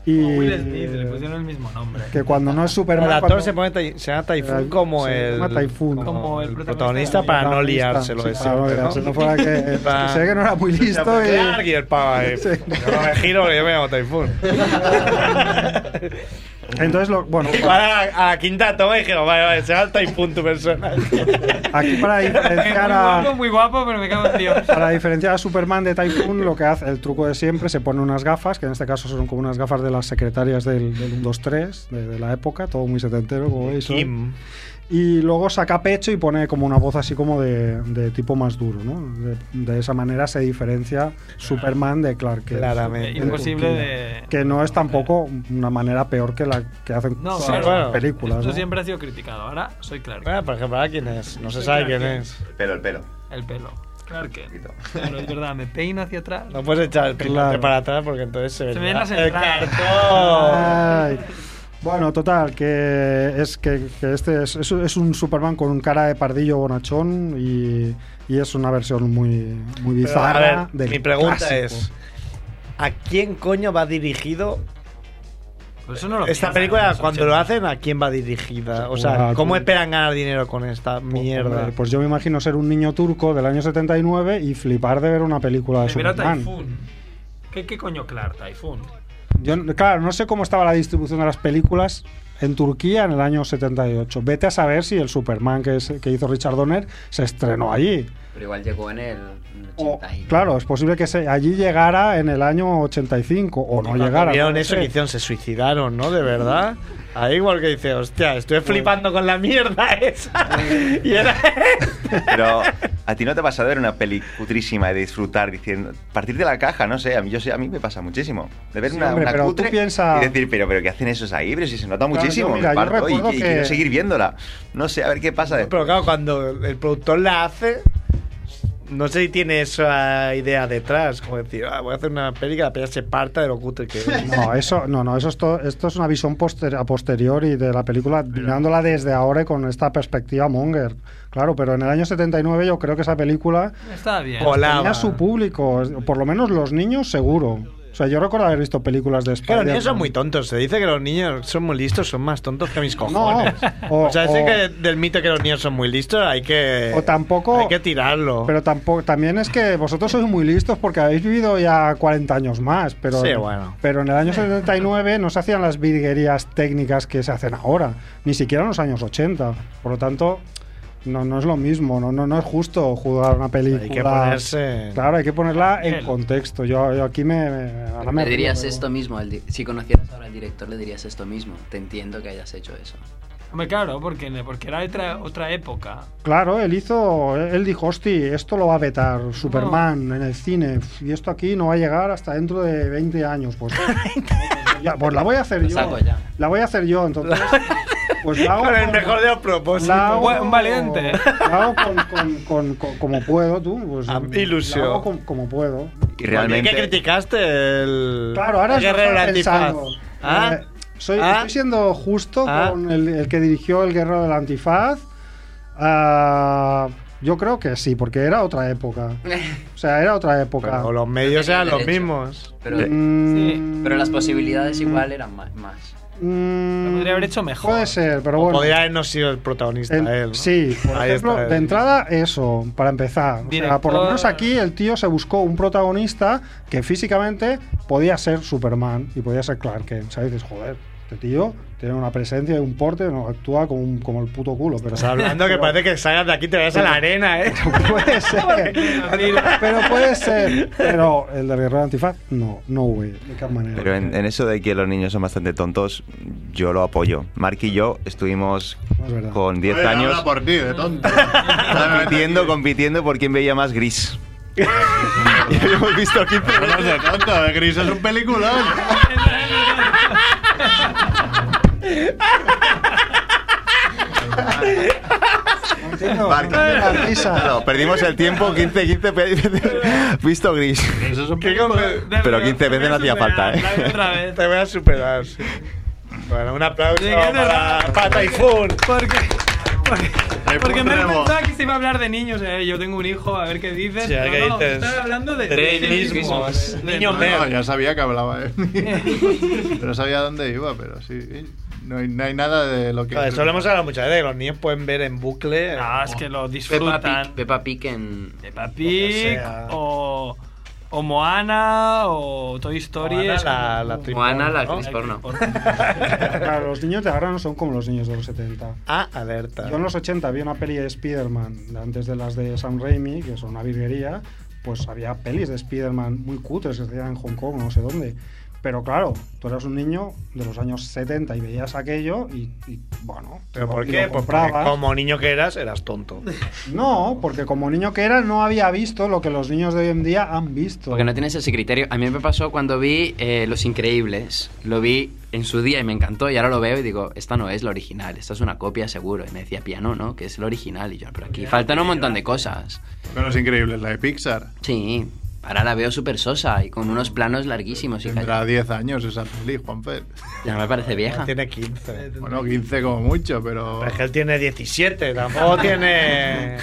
Y
Will Smith, le pusieron el mismo nombre.
que cuando no es Superman.
Oh, el actor
cuando-
se, pone tai- se llama Typhoon
Eh,
como
se
el,
llama Typhoon.
como el protagonista para no
protagonista,
liárselo
sí,
de
para
siempre,
no liarse, no fuera que-
(laughs)
es que
Ah.
se ve que no era
(laughs)
muy
pues,
Se
listo y-
apretar y el pava ahí.
Sí.
eh. Yo no me giro que yo me llamo Typhoon.
Entonces, lo-
(laughs)
bueno,
Igual a la, a la quinta toma y dijeron, vale, vale, se alta y punto personal.
aquí
(laughs)
para diferenciar a.
Muy guapo, pero me cago en Dios.
Para diferenciar a Superman de Typhoon, lo que hace el truco de siempre, se pone unas gafas, que en este caso son como unas gafas de las secretarias del, del 1-2-3, de, de la época, todo muy setentero, como veis. ¿no? Y luego saca pecho y pone como una voz así como de, de tipo más duro, ¿no? De, de esa manera se diferencia Superman de Clark Kent.
Claramente.
De
Imposible
Turquía.
de-
Que no es tampoco una manera peor que la que hacen
No,
las
claro.
películas.
Esto
¿no?
siempre ha sido criticado. Ahora soy Clark.
Bueno, por ejemplo, ahora quién es. No se
Soy
sabe
Clark
quién
Kent.
es.
El pelo, el pelo.
El pelo. Clark Kent. Claro, es verdad, me peino hacia atrás.
No puedes echar el pinote
Claro. Eh,
para atrás Eh, porque entonces se ve
Se me ven las
el
entradas.
cartón.
Ay. Bueno, total, que es que, que este es, es- es un Superman con cara de pardillo bonachón y, y es una versión muy,
Pero, a
muy bizarra.
ver,
del
mi pregunta
clásico.
es: ¿a quién coño va dirigido
Por Pues eso no lo
Esta
piensan,
película,
los
cuando
80.
lo hacen, ¿a quién va dirigida? O
Claro.
sea, ¿cómo esperan ganar dinero con esta mierda?
Hombre, Pues yo me imagino ser un niño turco del año 79 y flipar de ver una película de
Me verá
Superman.
Typhoon. ¿Qué, ¿Qué coño Clark? Typhoon.
Yo, claro, no sé cómo estaba la distribución de las películas en Turquía en el año 78. Vete a saber si el Superman que, es- que hizo Richard Donner se estrenó allí.
Pero igual llegó en el
Oh,
80 y-
Claro, es posible que se, allí llegara en el año 85 o no
Cuando
llegara.
vieron
no lo
eso
sé.
que hicieron, se suicidaron, ¿no? De verdad. Ahí igual que dice, hostia, estoy flipando con la mierda (laughs) esa. y era
Pero a ti no te pasa de ver una peli cutrísima y de disfrutar diciendo, partir de la caja, no sé, a mí, yo sé, a mí me pasa muchísimo. De ver
Sí,
una,
hombre,
una
pero tú
cutre
piensa-
y decir, pero, pero ¿qué hacen esos ahí? Pero si se nota
Claro, yo,
muchísimo,
mira, yo
me parto y,
recuerdo
y
que-
quiero seguir viéndola. No sé, a ver qué pasa después.
Pero claro, cuando el productor la hace, No sé si tiene esa idea detrás, como decir, ah, voy a hacer una peli que la peli se parta de lo cutre
(laughs)
que es.
No, eso, no, no, eso es to- esto es una visión poster- a posteriori de la película, mirándola desde ahora y con esta perspectiva monger. Claro, pero en el año 79 yo creo que esa película
Está bien.
tenía su público, por lo menos los niños seguro. O sea, yo recuerdo haber visto películas
Que
de
los
Spider-Man.
niños son muy tontos. Se dice que los niños son muy listos, son más tontos que mis cojones.
(laughs) o-
o sea, ese
o-
que del mito que los niños son muy listos, hay que.
O tampoco-
Hay que tirarlo.
Pero tampoco, también es que vosotros sois muy listos porque habéis vivido ya 40 años más. Pero,
Sí, bueno.
pero en el año 79 no se hacían las virguerías técnicas que se hacen ahora, ni siquiera en los años 80. Por lo tanto, no, no es lo mismo, no, no, no es justo jugar una película.
que ponerse-
Claro, hay que ponerla en contexto. Yo, yo aquí me. me- ahora me
Le dirías
río,
esto mismo, al di- si conocieras ahora al director le dirías esto mismo, te entiendo que hayas hecho eso.
Hombre, claro, porque, porque era otra, otra época.
pero- Claro, él hizo, él dijo, hosti, esto lo va a vetar Superman en el cine y esto aquí no va a llegar hasta dentro de 20 años. Pues, ya, pues la voy a hacer
Lo
yo.
saco ya.
La voy a hacer yo,
(laughs)
entonces. Pues la hago
Con el
con-
mejor de los propósitos.
la hago-
Un valiente.
la hago con- con- con- con- como puedo, tú. Pues,
Ah, ilusión.
la hago com- como puedo.
Y realmente-
¿Qué criticaste el.
Claro, ahora
el
es lo
guerrero
que
del
estoy
antifaz?
pensando.
¿Ah?
Eh, soy,
¿Ah?
estoy siendo justo
¿Ah?
con el, el que dirigió El Guerrero del Antifaz. Ah, yo creo que sí, porque era
(laughs)
otra época. O sea, era otra época.
Pero los medios
Tenía
eran los
derecho.
mismos.
Pero,
Mm.
sí, pero las posibilidades igual eran ma- más.
Mm,
podría haber hecho mejor.
Puede ser, pero bueno.
Podría habernos sido el protagonista
En-
él. ¿no?
Sí, por
Ahí
ejemplo,
está él.
de entrada eso, para empezar. O sea, por lo
Director.
menos aquí el tío se buscó un protagonista que físicamente podía ser Superman y podía ser Clark Kent. ¿Sabes? Dices, joder, este tío tiene una presencia y un porte, no actúa como, un- como el puto culo. Pero
Estás Pues
(laughs)
hablando que parece que salgas de aquí y te vayas a la arena, ¿eh? (laughs)
Puede ser. pero puede ser. Pero el del guerrero antifaz, no, no, güey, de qué manera.
Pero en, en eso de que los niños son bastante tontos, yo lo apoyo. Mark y yo estuvimos
Es verdad.
con 10
Oye,
años
Habla por ti, de tonto.
compitiendo, compitiendo por quién veía
(laughs)
más gris. (laughs) y habíamos visto aquí
Hablas de tonto, de Gris es un peliculón.
Mark,
la risa.
Claro, perdimos el tiempo 15-15 veces (laughs) visto gris.
Eso es un peliculón.
Pero 15 veces no hacía falta, ¿eh?
Otra vez. Te voy a superar. sí. Bueno, un aplauso
Sí, que es
para,
verdad.
para Taifun.
Porque, porque, porque me
Remo.
pensaba que se iba a hablar de niños. eh, Yo tengo un hijo, a ver qué dices.
Sí, a ver
No,
qué
no,
dices.
estaba hablando de,
De ellos mismos. Niño
No,
nerd.
no, ya sabía que hablaba
(laughs)
de mí. Pero sabía dónde iba, pero sí. No hay, no hay nada de lo que.
Joder, Eso lo hemos hablado muchas veces. Los niños pueden ver en bucle. eh.
Ah, es que lo
Peppa
disfrutan.
Pig, Peppa Pig en...
Peppa
que
Pig
sea.
o, o Moana o Toy Story.
Moana,
es
la-
como-
la actriz
Moana, la
¿no?
actriz porno.
Claro, los niños de ahora no son como los niños de los 70.
Ah, alerta.
Yo en los 80 vi una peli de Spider-Man, antes de las de Sam Raimi, que son una virguería, pues había pelis de Spider-Man muy cutres que se hacían en Hong Kong o no sé dónde. Pero claro, tú eras un niño de los años 70 y veías aquello y, y, bueno.
¿Pero
lo-
por
y
qué?
lo
Pues porque
comprabas.
como niño que eras, eras tonto.
No, porque como niño que era no había visto lo que los niños de hoy en día han visto.
Porque no tienes ese criterio. A mí me pasó cuando vi eh, Los Increíbles. Lo vi en su día y me encantó. Y ahora lo veo y digo, esta no es la original. Esta es una copia seguro. Y me decía Piano, ¿no? Que es la original. Y yo, pero aquí faltan un montón de cosas.
Pero es increíble, la de Pixar.
Sí. Ahora la veo súper sosa y con unos planos larguísimos. Y
Tendrá 10 años esa peli, Juanfer.
Ya me parece vieja.
Tiene 15.
Bueno, 15 como mucho, pero.
Es que él tiene 17,
(laughs)
tampoco tiene.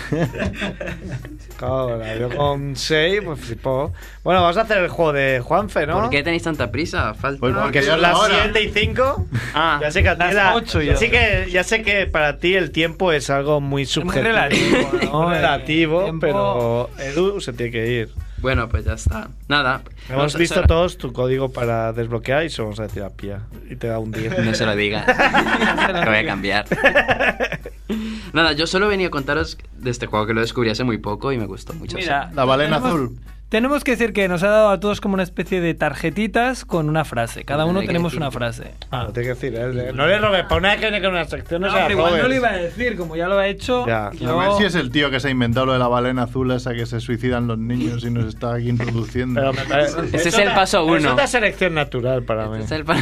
Claro, la vio con 6, pues flipó. Bueno, vamos a hacer el juego de Juanfe, ¿no?
¿Por qué tenéis tanta prisa? Falta...
Pues
Porque son las 7 y 5.
Ah,
Ya sé que a ti
las
la-
ocho
ya
ya.
sé que ya sé que para ti el tiempo es algo muy subjetivo, relativo, relativo pero eh, Edu se tiene que ir.
Bueno, pues ya está. Nada.
Hemos
No,
visto
será-
todos tu código para desbloquear y se lo vamos a decir a Pia y te da un 10.
No se lo (laughs) diga. Lo voy a cambiar. Nada, yo solo venía a contaros de este juego que lo descubrí hace muy poco y me gustó
(laughs)
mucho.
Mira,
La balena
tenemos-
azul.
Tenemos que decir que nos ha dado a todos como una especie de tarjetitas con una frase. Cada uno tenemos una frase.
Ah, lo tiene que decir. él, eh. No le robes, para una vez que viene con una sección no,
No,
se la
pero igual no
robes.
lo iba a decir, como ya lo ha hecho.
Ya.
yo-
A ver si es el tío que se ha inventado lo de la balena azul, esa que se suicidan los niños y nos está aquí introduciendo.
Pero me parece-
Ese es
eso
el
da-
paso
eso
uno.
da selección natural para
Este
mí.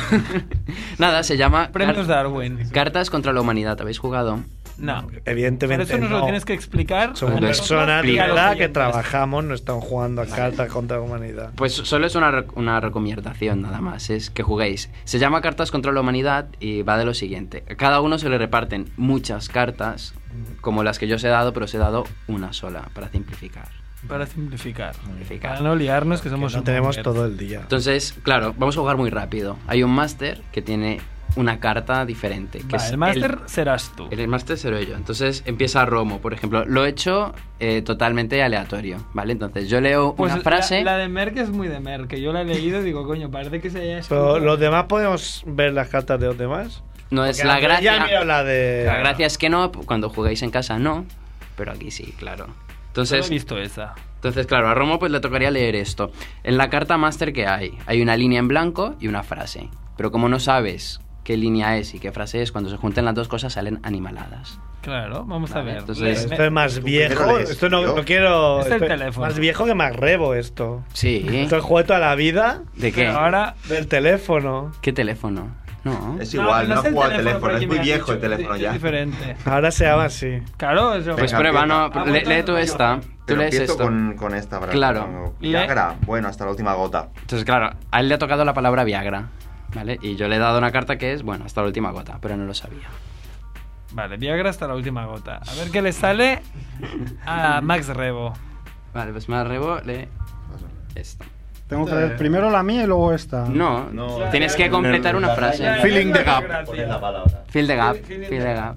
(laughs) Nada, se llama
Premios
Car-
Darwin.
Cartas contra la Humanidad. ¿Habéis jugado?
No. Pero
Evidentemente.
eso nos lo
no.
tienes que explicar.
Son
a nosotros
personas
y
de
a los
verdad que
oyentes.
trabajamos, no están jugando a cartas contra la humanidad.
Pues solo es una, rec- una recomendación nada más, es que juguéis. Se llama Cartas contra la Humanidad y va de lo siguiente. A cada uno se le reparten muchas cartas, como las que yo os he dado, pero os he dado una sola, para simplificar.
Para simplificar.
simplificar.
Para no liarnos que somos...
no
un
tenemos
nerd.
todo el día.
Entonces, claro, vamos a jugar muy rápido. Hay un máster que tiene una carta diferente.
Va,
Que es
el máster serás tú.
El máster seré yo. Entonces empieza Romo, por ejemplo. Lo he hecho eh, totalmente aleatorio, ¿vale? Entonces yo leo
Pues
una frase.
La, la de Merck es muy de Merck, que yo la he leído y digo, coño, parece que se haya
Pero
escrito.
los demás podemos ver las cartas de los demás.
No es
Porque
la
Andrea
gracia.
Ya mira la de.
La gracia es que no, cuando jugáis en casa no, pero aquí sí, claro. Entonces,
Solo he visto esa.
Entonces, claro, a Romo pues le tocaría leer esto. En la carta máster que hay, hay una línea en blanco y una frase. Pero como no sabes qué línea es y qué frase es, cuando se juntan las dos cosas salen animaladas.
Claro, vamos
Vale,
a ver.
entonces-
Esto es más viejo. Esto no, no quiero.
Es el
esto es
teléfono.
Más viejo que más rebo esto.
Sí.
Esto es juego de toda la vida.
¿De qué?
Pero ahora. Del teléfono.
¿Qué teléfono? No.
Es igual, no,
es
has
el
jugado al
teléfono por
teléfono,
aquí
es muy
me han
viejo el
dicho,
teléfono
es
ya.
diferente.
Ahora se llama así.
Claro, eso
Pues
Venga,
prueba,
Ah,
no,
empieza.
lee- lee, tú esta. Tú
Pero
lees
empiezo
esto.
Con, con esta, para
Claro.
Viagra, bueno, hasta la última gota.
Entonces, claro, a él le ha tocado la palabra Viagra, ¿vale? Y yo le he dado una carta que es, bueno, hasta la última gota, pero no lo sabía.
Vale, Viagra hasta la última gota. A ver qué le sale a Max Rebo.
Vale, pues me arrebo, lee esto.
Tengo que leer primero la mía y luego esta.
No,
No,
tienes
ya,
que
ya,
completar
ya,
una
ya,
frase.
ya, ya,
Filling the gap.
Poned la palabra.
Fill the gap,
Fill-
fill
fill in
the
the-
gap.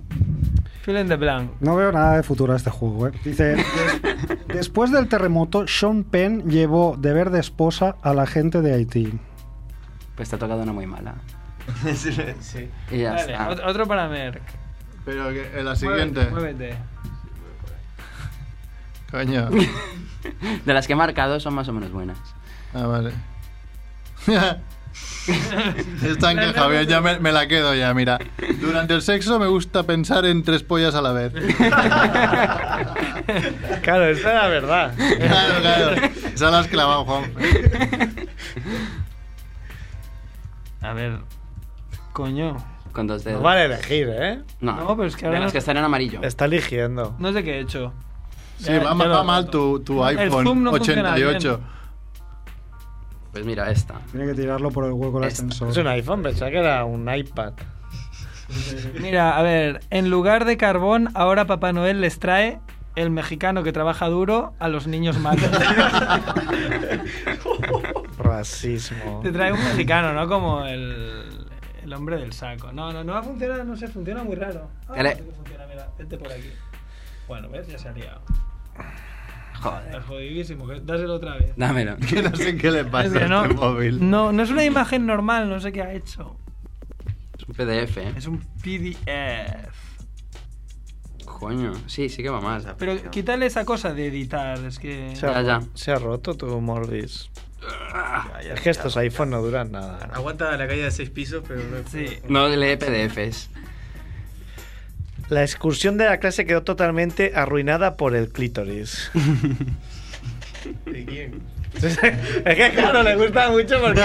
Fill in
(laughs)
the blank.
No veo nada de futuro a este juego, ¿eh? Dice, "Des- después del terremoto, Sean Penn llevó de verde esposa a la gente de Haití.
Pues te ha tocado una
(laughs)
muy mala.
Sí.
Y ya
Vale,
está.
ot- otro para Merck.
Pero que-
eh,
en la siguiente.
Muévete.
(laughs)
muévete.
Coño.
(laughs) De las que he marcado son más o menos buenas.
Ah, vale. (laughs) Está en que Javier, ya me, me la quedo ya, mira. Durante el sexo me gusta pensar en tres pollas a la vez.
(laughs) Claro, esta es la verdad.
Claro, claro. (laughs) Esa la has clavado, Juan.
A ver. Coño.
Con dos
No
dedos.
vale elegir, ¿eh?
No,
No, pero es que ahora
de las
no-
que están en amarillo.
Está eligiendo.
No sé qué he hecho.
Sí,
Ya-
va,
ya lo
va mal
noto.
tu, tu
El zoom
iPhone
no funciona bien.
88.
Pues mira, esta.
Tiene que tirarlo por el hueco del
Esta.
Es
ascensor.
un iPhone, pensaba que era un iPad.
Mira, a ver, en lugar de carbón, ahora Papá Noel les trae el mexicano que trabaja duro a los niños
(laughs)
malos.
Racismo.
Te trae un mexicano, ¿no? Como el, el hombre del saco. No, no, no va a funcionar, no sé, funciona muy raro. Ah,
(laughs) Dale.
no sé qué funciona, mira, vete por aquí. Bueno, ¿ves? Ya se ha liado.
Joder.
Es jodidísimo, que- dáselo otra vez.
(laughs)
Dámelo.
Que no sé qué le pasa
Es que
a este móvil.
no, no es una imagen normal, no sé qué ha hecho.
Es un PDF, ¿eh?
Es un PDF.
Coño. Sí, sí que va mal.
Pero quítale esa cosa de editar, es que...
Se ha,
Ya, Ah. ya.
se ha roto tu mordis. Es que estos iPhones no duran nada. ¿no?
Aguanta la caída de seis pisos, pero no
Sí.
No E lee
(laughs)
PDFs.
La excursión de la clase quedó totalmente arruinada por el
(laughs)
clítoris.
¿De quién?
es que claro, le gusta mucho porque,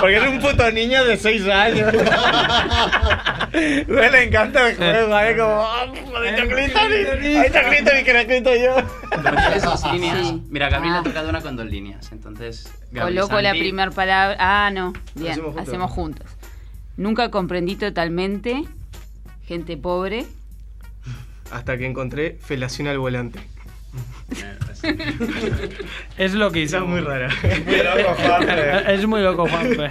porque es un puto niño de 6 años. (laughs) le encanta el juego, ¿eh? Como, ¡ah, ha dicho clítoris! ¡Ha dicho clítoris que lo he escrito yo!
Esas líneas.
Sí.
Mira, Gabriel le
Ah.
ha tocado una con dos líneas. Entonces. Gabriel
Coloco la
Santi-
primera palabra. Ah, no. Bien,
Hacemos
hacemos
juntos.
juntos. Nunca comprendí totalmente gente pobre.
Hasta que encontré felación
(laughs)
al volante.
Es lo que
Esa
hizo.
es muy rara.
(laughs) es muy loco, Juanpe.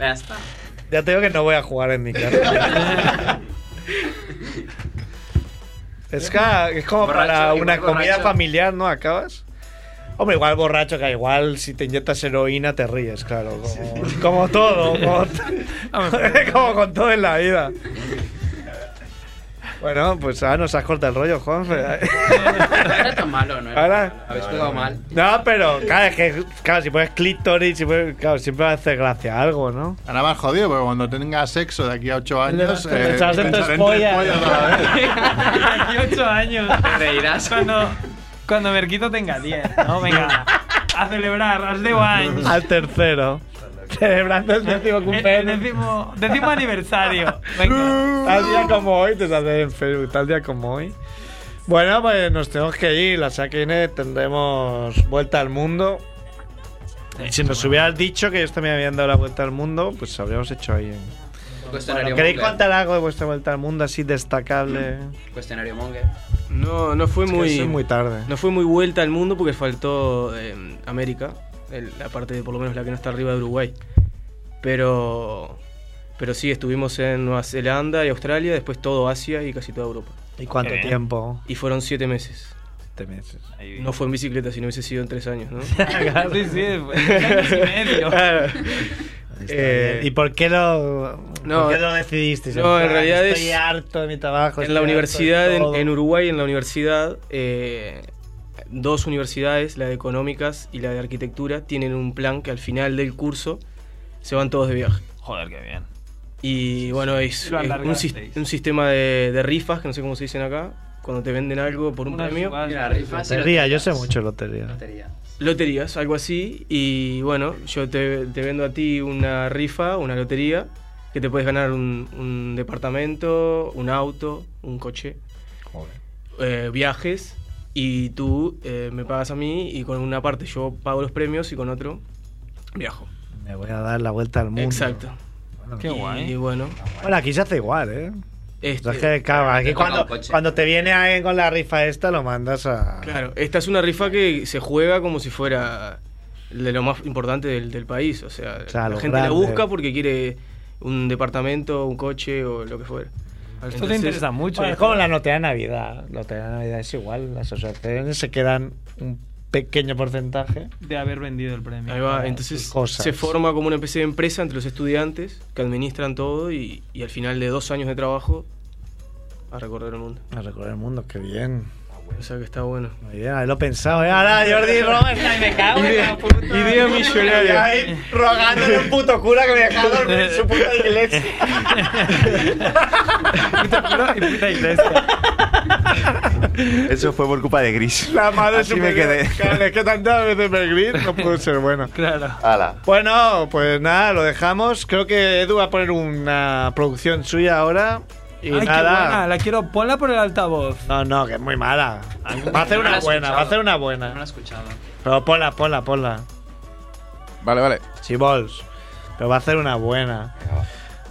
Ya está.
Ya te digo que no voy a jugar en mi
(laughs)
casa. es, que, es como
Borracho,
para
igual
una comida
borracho.
familiar, ¿no? ¿Acabas? Hombre, igual borracho, que igual si te inyectas heroína te ríes, claro. Como, como todo.
(laughs)
Como, (laughs) como con todo en la vida. Bueno, pues ahora nos has cortado el rollo, Juanfe.
No era tan malo, ¿no? Era
Ahora-
tan malo. Habéis jugado mal.
No, pero claro, es que, claro, si pones clítoris, si pones- claro, siempre hace gracia algo, ¿no?
Ahora más jodido, porque cuando tenga sexo de aquí a 8
El de
años. eh,
las- pensarás en tres pollas.
a la vez.
(laughs) 18 años.
Reirás.
Cuando, cuando Merquito tenga 10, ¿no? Venga, a celebrar, as de wines.
Al tercero. Celebrando el décimo cumpleaños.
El décimo, décimo aniversario.
Tal día como hoy te sale en Facebook, tal día como hoy. Bueno, pues nos tenemos que ir. La semana que viene tendremos vuelta al mundo. Si nos hubieras dicho que yo también habían dado la vuelta al mundo, pues habríamos hecho ahí. en- Bueno,
Cuestionario
¿Queréis
Monger.
contar algo de vuestra vuelta al mundo así destacable?
Cuestionario Monger.
No, no fue
Es que
muy.
soy muy tarde.
No fue muy vuelta al mundo porque faltó eh, América, el- la parte de por lo menos la que no está arriba de Uruguay. Pero. Pero sí, estuvimos en Nueva Zelanda y Australia, después todo Asia y casi toda Europa.
¿Y cuánto
Eh,
tiempo?
Y fueron siete meses.
Siete meses.
No fue en bicicleta, si no hubiese sido en tres años, ¿no?
Casi (laughs) (laughs) sí, fue tres años y medio.
(laughs) Claro.
Eh, ¿Y por qué lo,
No,
por qué lo decidiste?
no, en
plan,
realidad es-
Estoy harto de mi trabajo.
En la
estoy harto
universidad,
de
en,
todo.
en Uruguay, en la universidad, eh, dos universidades, la de económicas y la de arquitectura, tienen un plan que al final del curso se van todos de viaje.
Joder, qué bien.
Y bueno, es,
Lo
es un, sis-
alargasteis.
un sistema de, de rifas, que no sé cómo se dicen acá, cuando te venden algo por un
Unas
premio.
subastas.
Mira, rifas
Lotería, yo sé mucho de lotería.
Loterías, algo así. Y bueno, yo te, te vendo a ti una rifa, una lotería, que te puedes ganar un, un departamento, un auto, un coche, eh, viajes. Y tú eh, me pagas a mí y con una parte yo pago los premios y con otro viajo.
Me voy a dar la vuelta al mundo.
Exacto.
Qué
Y-
guay.
Y bueno.
Bueno, aquí se hace igual, ¿eh?
Este-
O sea, es que, claro, aquí
Te toca
cuando,
un coche.
cuando te viene alguien con la rifa esta, lo mandas a.
Claro, esta es una rifa que se juega como si fuera de lo más importante del, del país. O sea,
Claro,
la gente la
grande.
busca porque quiere un departamento, un coche o lo que fuera.
Esto te interesa mucho.
¿eh?
Bueno, es como la lotería de Navidad. La lotería de Navidad es igual. Las asociaciones se quedan un pequeño porcentaje.
De haber vendido el premio.
Ahí va, entonces
cosas.
se forma como una especie de empresa entre los estudiantes que administran todo y, y al final de dos años de trabajo a recorrer el mundo.
A recorrer el mundo, qué bien.
O sea que está bueno.
Muy bien, ahí lo he pensado, ¿eh? Ahora Jordi Robert.
me cago en la Idea- puta. idea millonaria.
Ahí rogándole a un puto cura que me dejaba dormir en su puta iglesia.
(laughs)
Eso fue por culpa de Gris.
La madre
Así me
superior.
quedé.
Claro, es que tantas veces me gris no pudo ser bueno.
(laughs) Claro.
Ala.
Bueno, pues nada, lo dejamos. Creo que Edu va a poner una producción suya ahora. Y
Ay, qué buena,
nada.
la quiero. Ponla por el altavoz.
No, no, que es muy mala. Va a hacer
No (laughs) la
una
he
buena, va a hacer una
No lo
buena.
he escuchado.
Pero ponla, ponla, ponla.
Vale, vale.
Sí, Bols. Pero va a hacer una buena.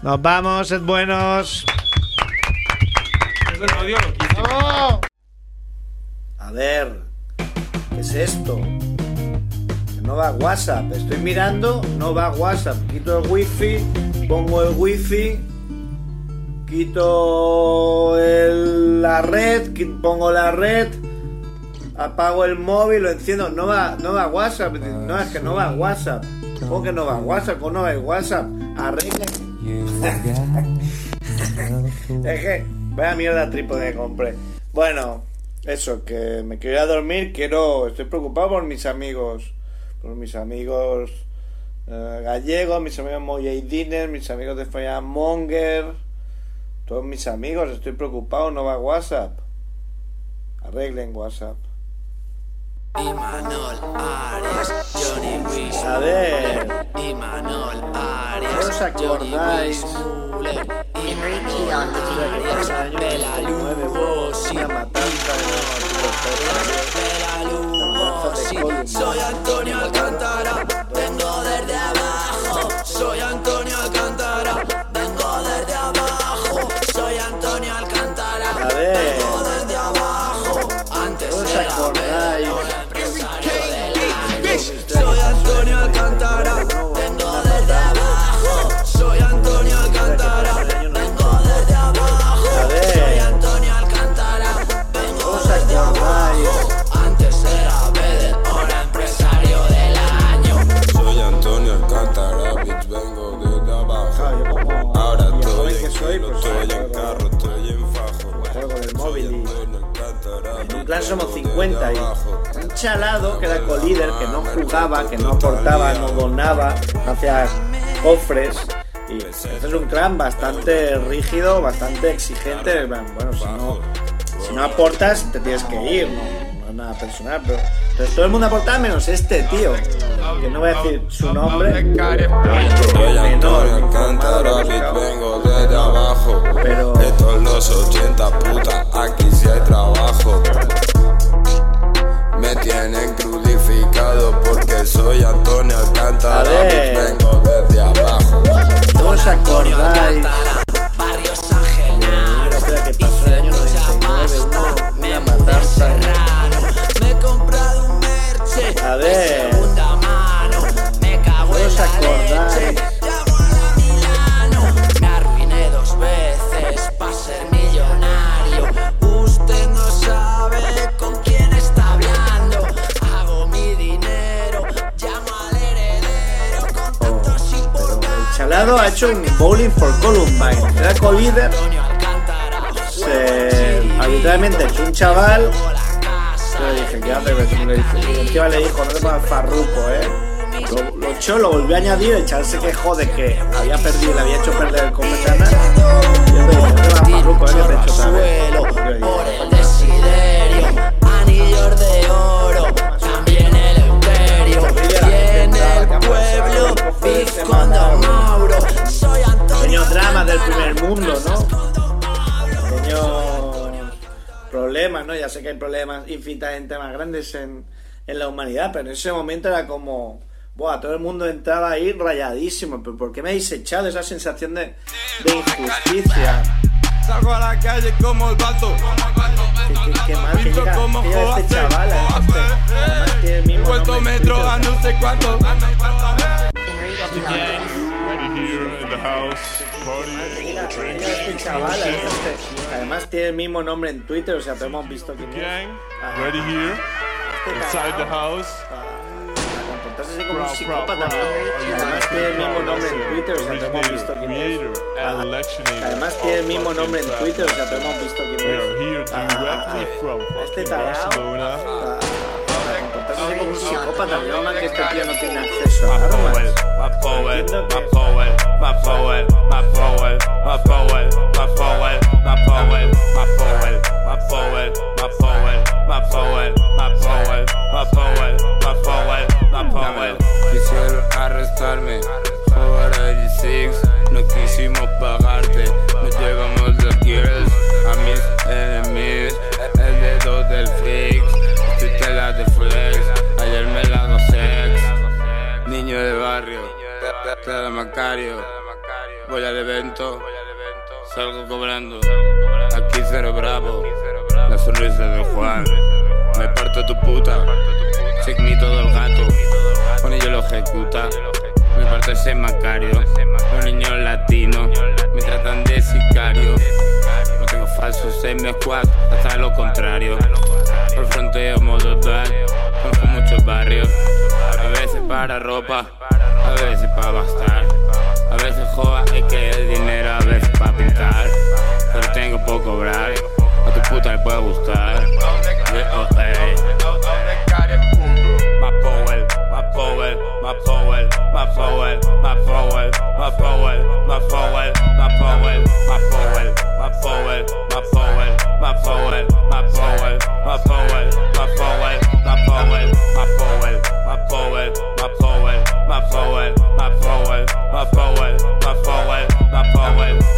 Nos vamos, sed buenos. A ver, ¿qué es esto? Que No va WhatsApp, estoy mirando, no va WhatsApp. Quito el wifi, pongo el wifi, quito el- la red, qui- pongo la red, apago el móvil, lo enciendo, no va, no va WhatsApp. No, es que no va WhatsApp. ¿Cómo que no va WhatsApp? ¿Cómo no va WhatsApp? Arreglen. (laughs) Es que, vaya mierda trípode que compré. Bueno, eso, que me quiero ir a dormir, quiero. Estoy preocupado por mis amigos. Por mis amigos eh, gallegos, mis amigos Moyay Diner, mis amigos de Falla Monger. Todos mis amigos, estoy preocupado, no va a WhatsApp. Arreglen WhatsApp. A ver. ¿Qué os acordáis? De la luz, una matanza de
Soy Antonio Alcántara, vengo desde abajo. Soy Antonio Alcántara, vengo desde abajo. Soy Antonio Alcántara,
A ver.
vengo desde abajo. Antes era pelón empresario de la luz. Soy Antonio Alcántara, vengo desde abajo. Soy Antonio Alcántara, vengo desde abajo. Soy Antonio Alcántara, vengo desde abajo. Antes era Bede, ahora empresario del año.
Soy Antonio Alcántara, bitch, vengo desde abajo. Ahora estoy en suelo, estoy en carro, estoy en fajo. Soy Antonio Alcántara,
En un plan somos 50 y un chalado que era colíder, que no jugaba, que no aportaba, no donaba, no hacía cofres. Y este es un clan bastante rígido, pues bastante exigente. en plan, Bueno, si no, si no aportas, te tienes que ir. No, nada personal, pero, pero todo el mundo aportaba menos este tío, que no voy a decir su nombre.
Soy Antonio Alcántara, beat, vengo desde abajo. Esto es los 80, puta, aquí sí hay trabajo. Me tienen crucificado porque soy Antonio
A
Alcántara,
ver.
beat, vengo desde abajo.
No os acordáis. Una historia que pasó en el año 99, una- una matanza. A ver. No os acordáis.
Me arruiné dos veces para ser millonario. Usted no sabe con quién está hablando. Hago mi dinero, llamo al heredero. Con tantos
El chalado ha hecho un bowling for Columbine. Era co-líder. Se- Arbitrariamente echó un chaval. Yo le dije, ¿qué hace? Pues, le dije- El chaval le dijo, no te pongas farruco, eh. Lo, lo echó, lo volvió a añadir. El chaval se quejó de que había perdido, le había hecho perder el Cometana. Y yo le dije, no te pongas farruco, eh, que te he hecho otra vez. Yo le dije,
el desiderio, anillos de oro, también el euterio. Y en el pueblo, Biff con Don Mauro. Soy
Pequeño drama del primer mundo, ¿no? Pequeño problemas, ¿no? Ya sé que hay problemas infinitamente más grandes en, en la humanidad, pero en ese momento era como. Buah, todo el mundo entraba ahí rayadísimo, pero ¿por qué me habéis echado esa sensación de, de injusticia?
Salgo a la calle como el vato.
Qué, qué- qué mal que llega, que llega este chaval, ¿eh? Además tiene el mismo
Vuelto
nombre
metro
suyo,
a no sé cuánto.
este chaval, ¿eh? Este- Además tiene el mismo nombre en Twitter, o sea, pero hemos visto quién es. Ah,
Ready here, inside
Este
the house.
Entonces es como un psicópata. ¿no? Además tiene el mismo nombre en Twitter, o sea, pero hemos visto quién es. Ah, Además tiene el mismo nombre en Twitter, o sea, pero hemos visto quién es. Ah, ah, ah, Este tarado.
ah,
Ah, Entonces es como un psicópata, no más que este tío no tiene acceso a armas.
My poet, my poet, my poet, my poet, my poet, my poet, my poet, my poet, my poet, my poet, my poet, my poet, my poet, my poet, my poet.
Quisieron arrestarme por el six, no quisimos pagarte, nos llevamos las girls a mis enemigos, el dedo del fix, tú te la de flex, ayer me la no sex, niño de barrio, te da Macario, voy al evento, salgo cobrando, aquí cero bravo, la sonrisa de Juan, me parto tu puta, signito del gato. Pone yo lo ejecuta. Me parte ese Macario. Un niño latino. Me tratan de sicario. No tengo falsos en mi squad. Hasta lo contrario. Por fronteo modo dual. Conozco muchos barrios. A veces para ropa. A veces para bastar. A veces joda es que el dinero. A veces para pintar. Pero tengo poco cobrar. A tu puta le puede gustar. oh,
My poet, my poet, my poet, my poet, my poet, my poet, my poet, my poet, my poet, my poet, my poet, my poet, my poet, my poet, my poet, my poet, my poet, my poet, my poet, my poet, my poet, my poet, my poet, my poet, my poet, my poet, my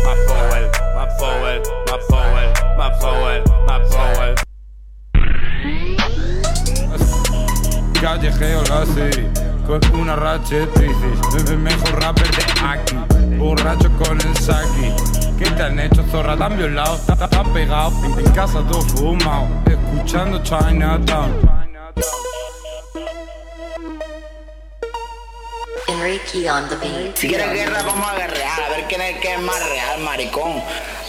poet, my poet, my poet.
Callejeo la serie con una ratchet bici El mejor rapper de aquí, borracho con el saki ¿Qué te han hecho zorra? Tan violado, tan, tan pegado En en casa todo fumado, escuchando Chinatown
Enrique on the beat.
Si quieres guerra, vamos a guerrear, a ver quién es el que es más real, maricón.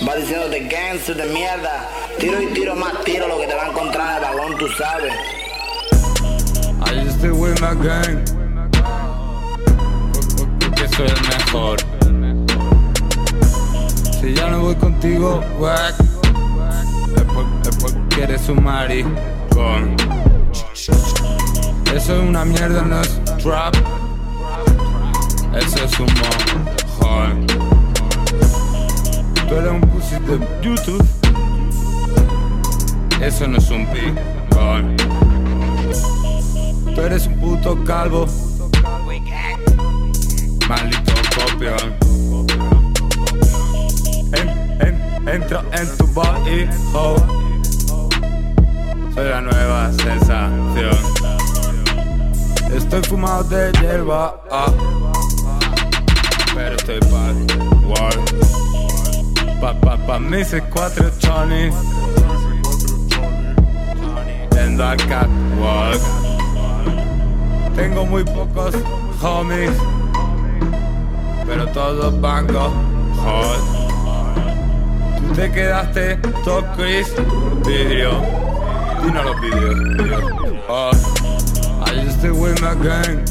Va diciéndote gangster de mierda. Tiro y tiro más tiro, lo que te va a encontrar en el balón, tú sabes.
I used to win my gang Porque soy el mejor Si ya no voy contigo, wack Es por- es porque eres un maricón Eso es una mierda, no es trap Eso es un mojón Tú eres un pussy de YouTube Eso no es un beat mejor. Tú eres un puto calvo, maldito copión. En- en- entra en tu body, ho. Soy la nueva sensación. Estoy fumado de hierba, ah. pero estoy pa'l wall. Pa, pa, pa, mí se cuatro Johnny. Tendo a catwalk. Tengo muy pocos homies, pero todos van hot. Tú te quedaste todo Chris vidrio. Y no los vidrios. vidrio. Oh, I used to win my game.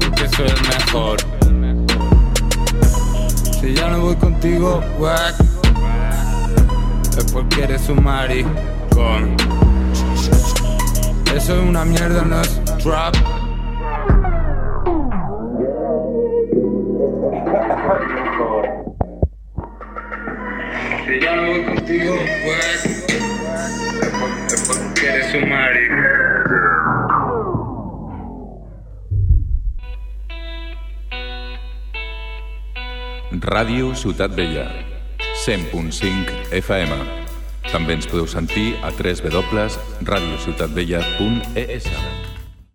Porque soy el mejor. Si ya no voy contigo, wack. Es porque eres un maricón. Eso es una mierda, no es trap. Si ya no voy contigo, pues es porque eres un maricón.
Ràdio Ciutat Vella, 100.5 FM. E També ens podeu sentir a www.radiociutatvella.es.